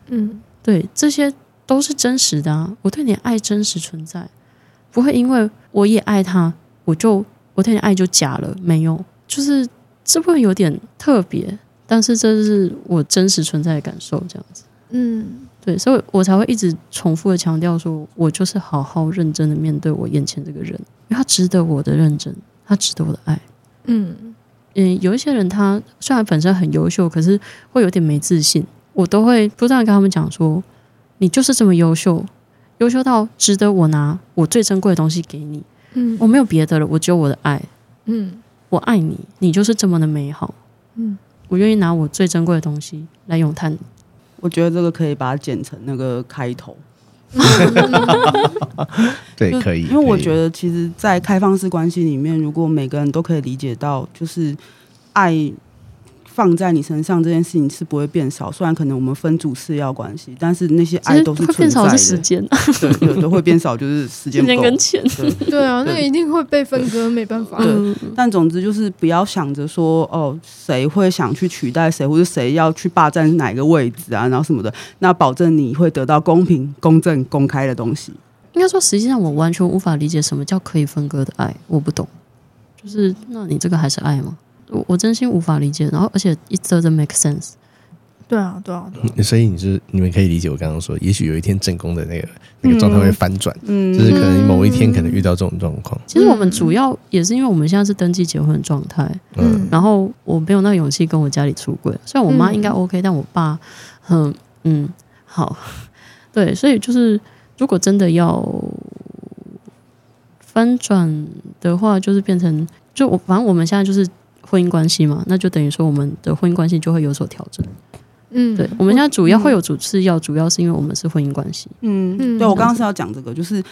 B: 嗯
A: 对，这些都是真实的啊！我对你的爱真实存在，不会因为我也爱他，我就我对你的爱就假了，没有，就是这部分有点特别，但是这是我真实存在的感受，这样子。
B: 嗯
A: 对，所以我才会一直重复的强调说，我就是好好认真的面对我眼前这个人，因为他值得我的认真，他值得我的爱。
B: 嗯
A: 嗯，有一些人他虽然本身很优秀，可是会有点没自信。我都会不断地跟他们讲说，你就是这么优秀，优秀到值得我拿我最珍贵的东西给你。
B: 嗯
A: 我没有别的了，我只有我的爱，
B: 嗯
A: 我爱你，你就是这么的美好。
B: 嗯，
A: 我愿意拿我最珍贵的东西来咏叹你。
C: 我觉得这个可以把它剪成那个开头，
D: 对
C: 就，
D: 可以，
C: 因为我
D: 可以
C: 觉得其实，在开放式关系里面，如果每个人都可以理解到，就是爱放在你身上这件事情是不会变少，虽然可能我们分主次要关系，但是那些
A: 其
C: 爱
A: 实
C: 都是
A: 会
C: 存
A: 变
C: 在
A: 少
C: 的，
A: 是时间，啊
C: 对对对，会 变少就是时
A: 时
C: 间
A: 间
C: 不够
A: 跟钱。
C: 对
B: 对啊，那个一定会被分割，没办法。
C: 对
A: 嗯，
C: 但总之就是不要想着说哦，谁会想去取代谁，或者谁要去霸占哪个位置啊，然后什么的。那保证你会得到公平、公正、公开的东西。
A: 应该说，实际上我完全无法理解什么叫可以分割的爱，我不懂。就是那你这个还是爱吗？我我真心无法理解。然后，而且 it doesn't make sense。
B: 对啊，对啊，对啊
D: 所以你是你们可以理解我刚刚说，也许有一天正宫的那个那个状态会翻转，
C: 嗯
D: 就是可能某一天可能遇到这种状况，
A: 其实我们主要也是因为我们现在是登记结婚的状态，啊
D: 嗯
B: 嗯，
A: 然后我没有那个勇气跟我家里出柜，虽然我妈
B: 嗯
A: 应该 OK，、但我爸，嗯嗯，好， 对，所以就是如果真的要翻转的话，就是变成就我反正我们现在就是婚姻关系嘛，那就等于说我们的婚姻关系就会有所调整。
B: 嗯，
A: 对，我们现在主要会有主次要，主要是因为我们是婚姻关系。
C: 嗯，
B: 嗯
C: 对我刚刚是要讲这个，就是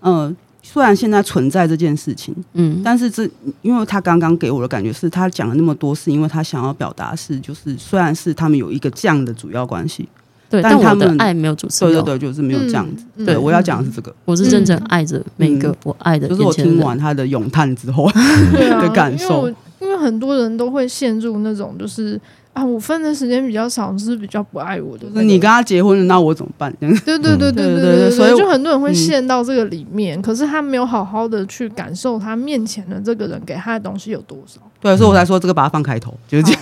C: 呃，虽然现在存在这件事情，
A: 嗯，
C: 但是这因为他刚刚给我的感觉是他讲了那么多，是因为他想要表达是就是虽然是他们有一个这样的主要关系，
A: 对，
C: 但
A: 但我
C: 他
A: 的
C: 们
A: 爱没有主次要，
C: 对对对，就是没有这样子。
B: 嗯
C: 对，
B: 嗯
C: 我要讲的是这个，
A: 我是认真爱着每一个
C: 嗯
A: 我爱的
C: 就是我
A: 眼前人。
C: 听完他的咏叹之后，
B: 对啊
C: 的感受
B: 因为我因为很多人都会陷入那种就是啊，我分的时间比较少，就是比较不爱我的
C: 就
B: 那
C: 是
B: 个。
C: 你跟他结婚了，那我怎么办？这样
B: 对对对对
C: 对对
B: 对
C: 对
B: 对，
C: 所以我
B: 就很多人会
C: 嗯
B: 陷到这个里面，可是他没有好好的去感受他面前的这个人给他的东西有多少。
C: 对，所以我才说这个把它放开头，就是这样。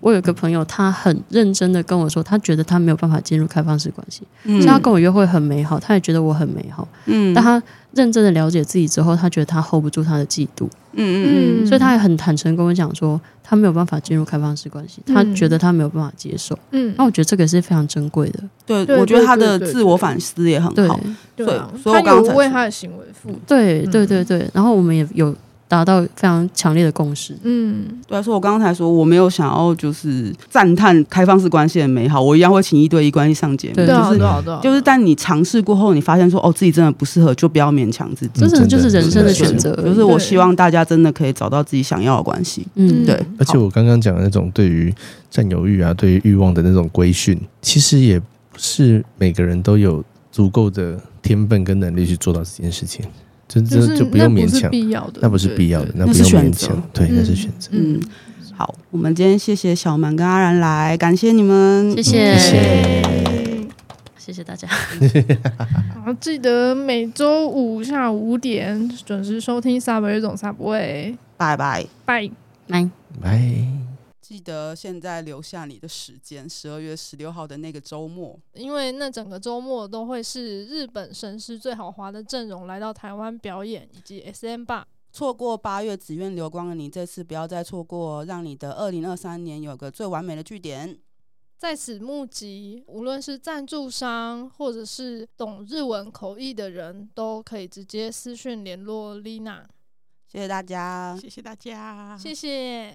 A: 我有一个朋友，他很认真的跟我说，他觉得他没有办法进入开放式关系，所以他
C: 嗯
A: 跟我约会很美好，他也觉得我很美好，
C: 嗯
A: 但他认真的了解自己之后，他觉得他 hold 不住他的嫉妒，
C: 嗯嗯嗯，
A: 所以他也很坦诚跟我讲说，他没有办法进入开放式关系，
B: 嗯
A: 他觉得他没有办法接受。
B: 嗯
A: 那，我觉得这个是非常珍贵的，
C: 对，
B: 对
C: 我觉得他
B: 对
C: 的
B: 对对
C: 自我反思也很
A: 对
C: 嗯好。
B: 对啊
C: 所以所以
B: 他
C: 我
B: 有
C: 刚才
B: 为
C: 说
B: 他的行为负责。
A: 对
B: 嗯
A: 对对对，然后我们也有达到非常强烈的共识。
B: 嗯，
C: 对啊，所以我刚才说我没有想要就是赞叹开放式关系的美好，我一样会请一对一关系上节目，
A: 对
B: 对
C: 就
B: 啊，
C: 是
B: 对啊，对啊，
C: 就是，但你尝试过后，你发现说哦自己真的不适合，就不要勉强自己。
A: 这嗯真的就是人生的
C: 对
A: 选择而已
C: 就是
B: 对
C: 我希望大家真的可以找到自己想要的关系。
A: 嗯，
C: 对，
D: 而且
C: 好
D: 我刚刚讲的那种对于占有欲啊，对于欲望的那种规训，其实也不是每个人都有足够的天分跟能力去做到这件事情，真
B: 就
D: 真
B: 是
D: 就不用
B: 那
D: 勉
B: 是
D: 强，
B: 必要的，
D: 那不是
B: 对
D: 必要的，，那
C: 那
D: 不
C: 是
D: 用勉
C: 选择
D: 强，对，
B: 对
D: 那是选择。
B: 嗯
C: 嗯，好，我们今天谢谢小蛮跟阿然来，感谢你们，
A: 谢嗯谢
D: 谢谢
A: 谢谢大家。
B: 好，记得每周五下午五点准时收听《撒贝总撒贝味
C: 拜拜。》，
B: 拜。
A: 来。
D: 拜。
C: 记得现在留下你的时间，十二月十六号的那个周末。
B: 因为那整个周末都会是日本神师最豪华的阵容来到台湾表演，以及 SM 吧。
C: 错过八月只愿流光的你，这次不要再错过哦，让你的二零二三年有个最完美的据点。
B: 在此募集，无论是赞助商或者是懂日文口译的人，都可以直接私讯联络 Lina。
C: 谢谢大家，
E: 谢谢大家，
B: 谢谢。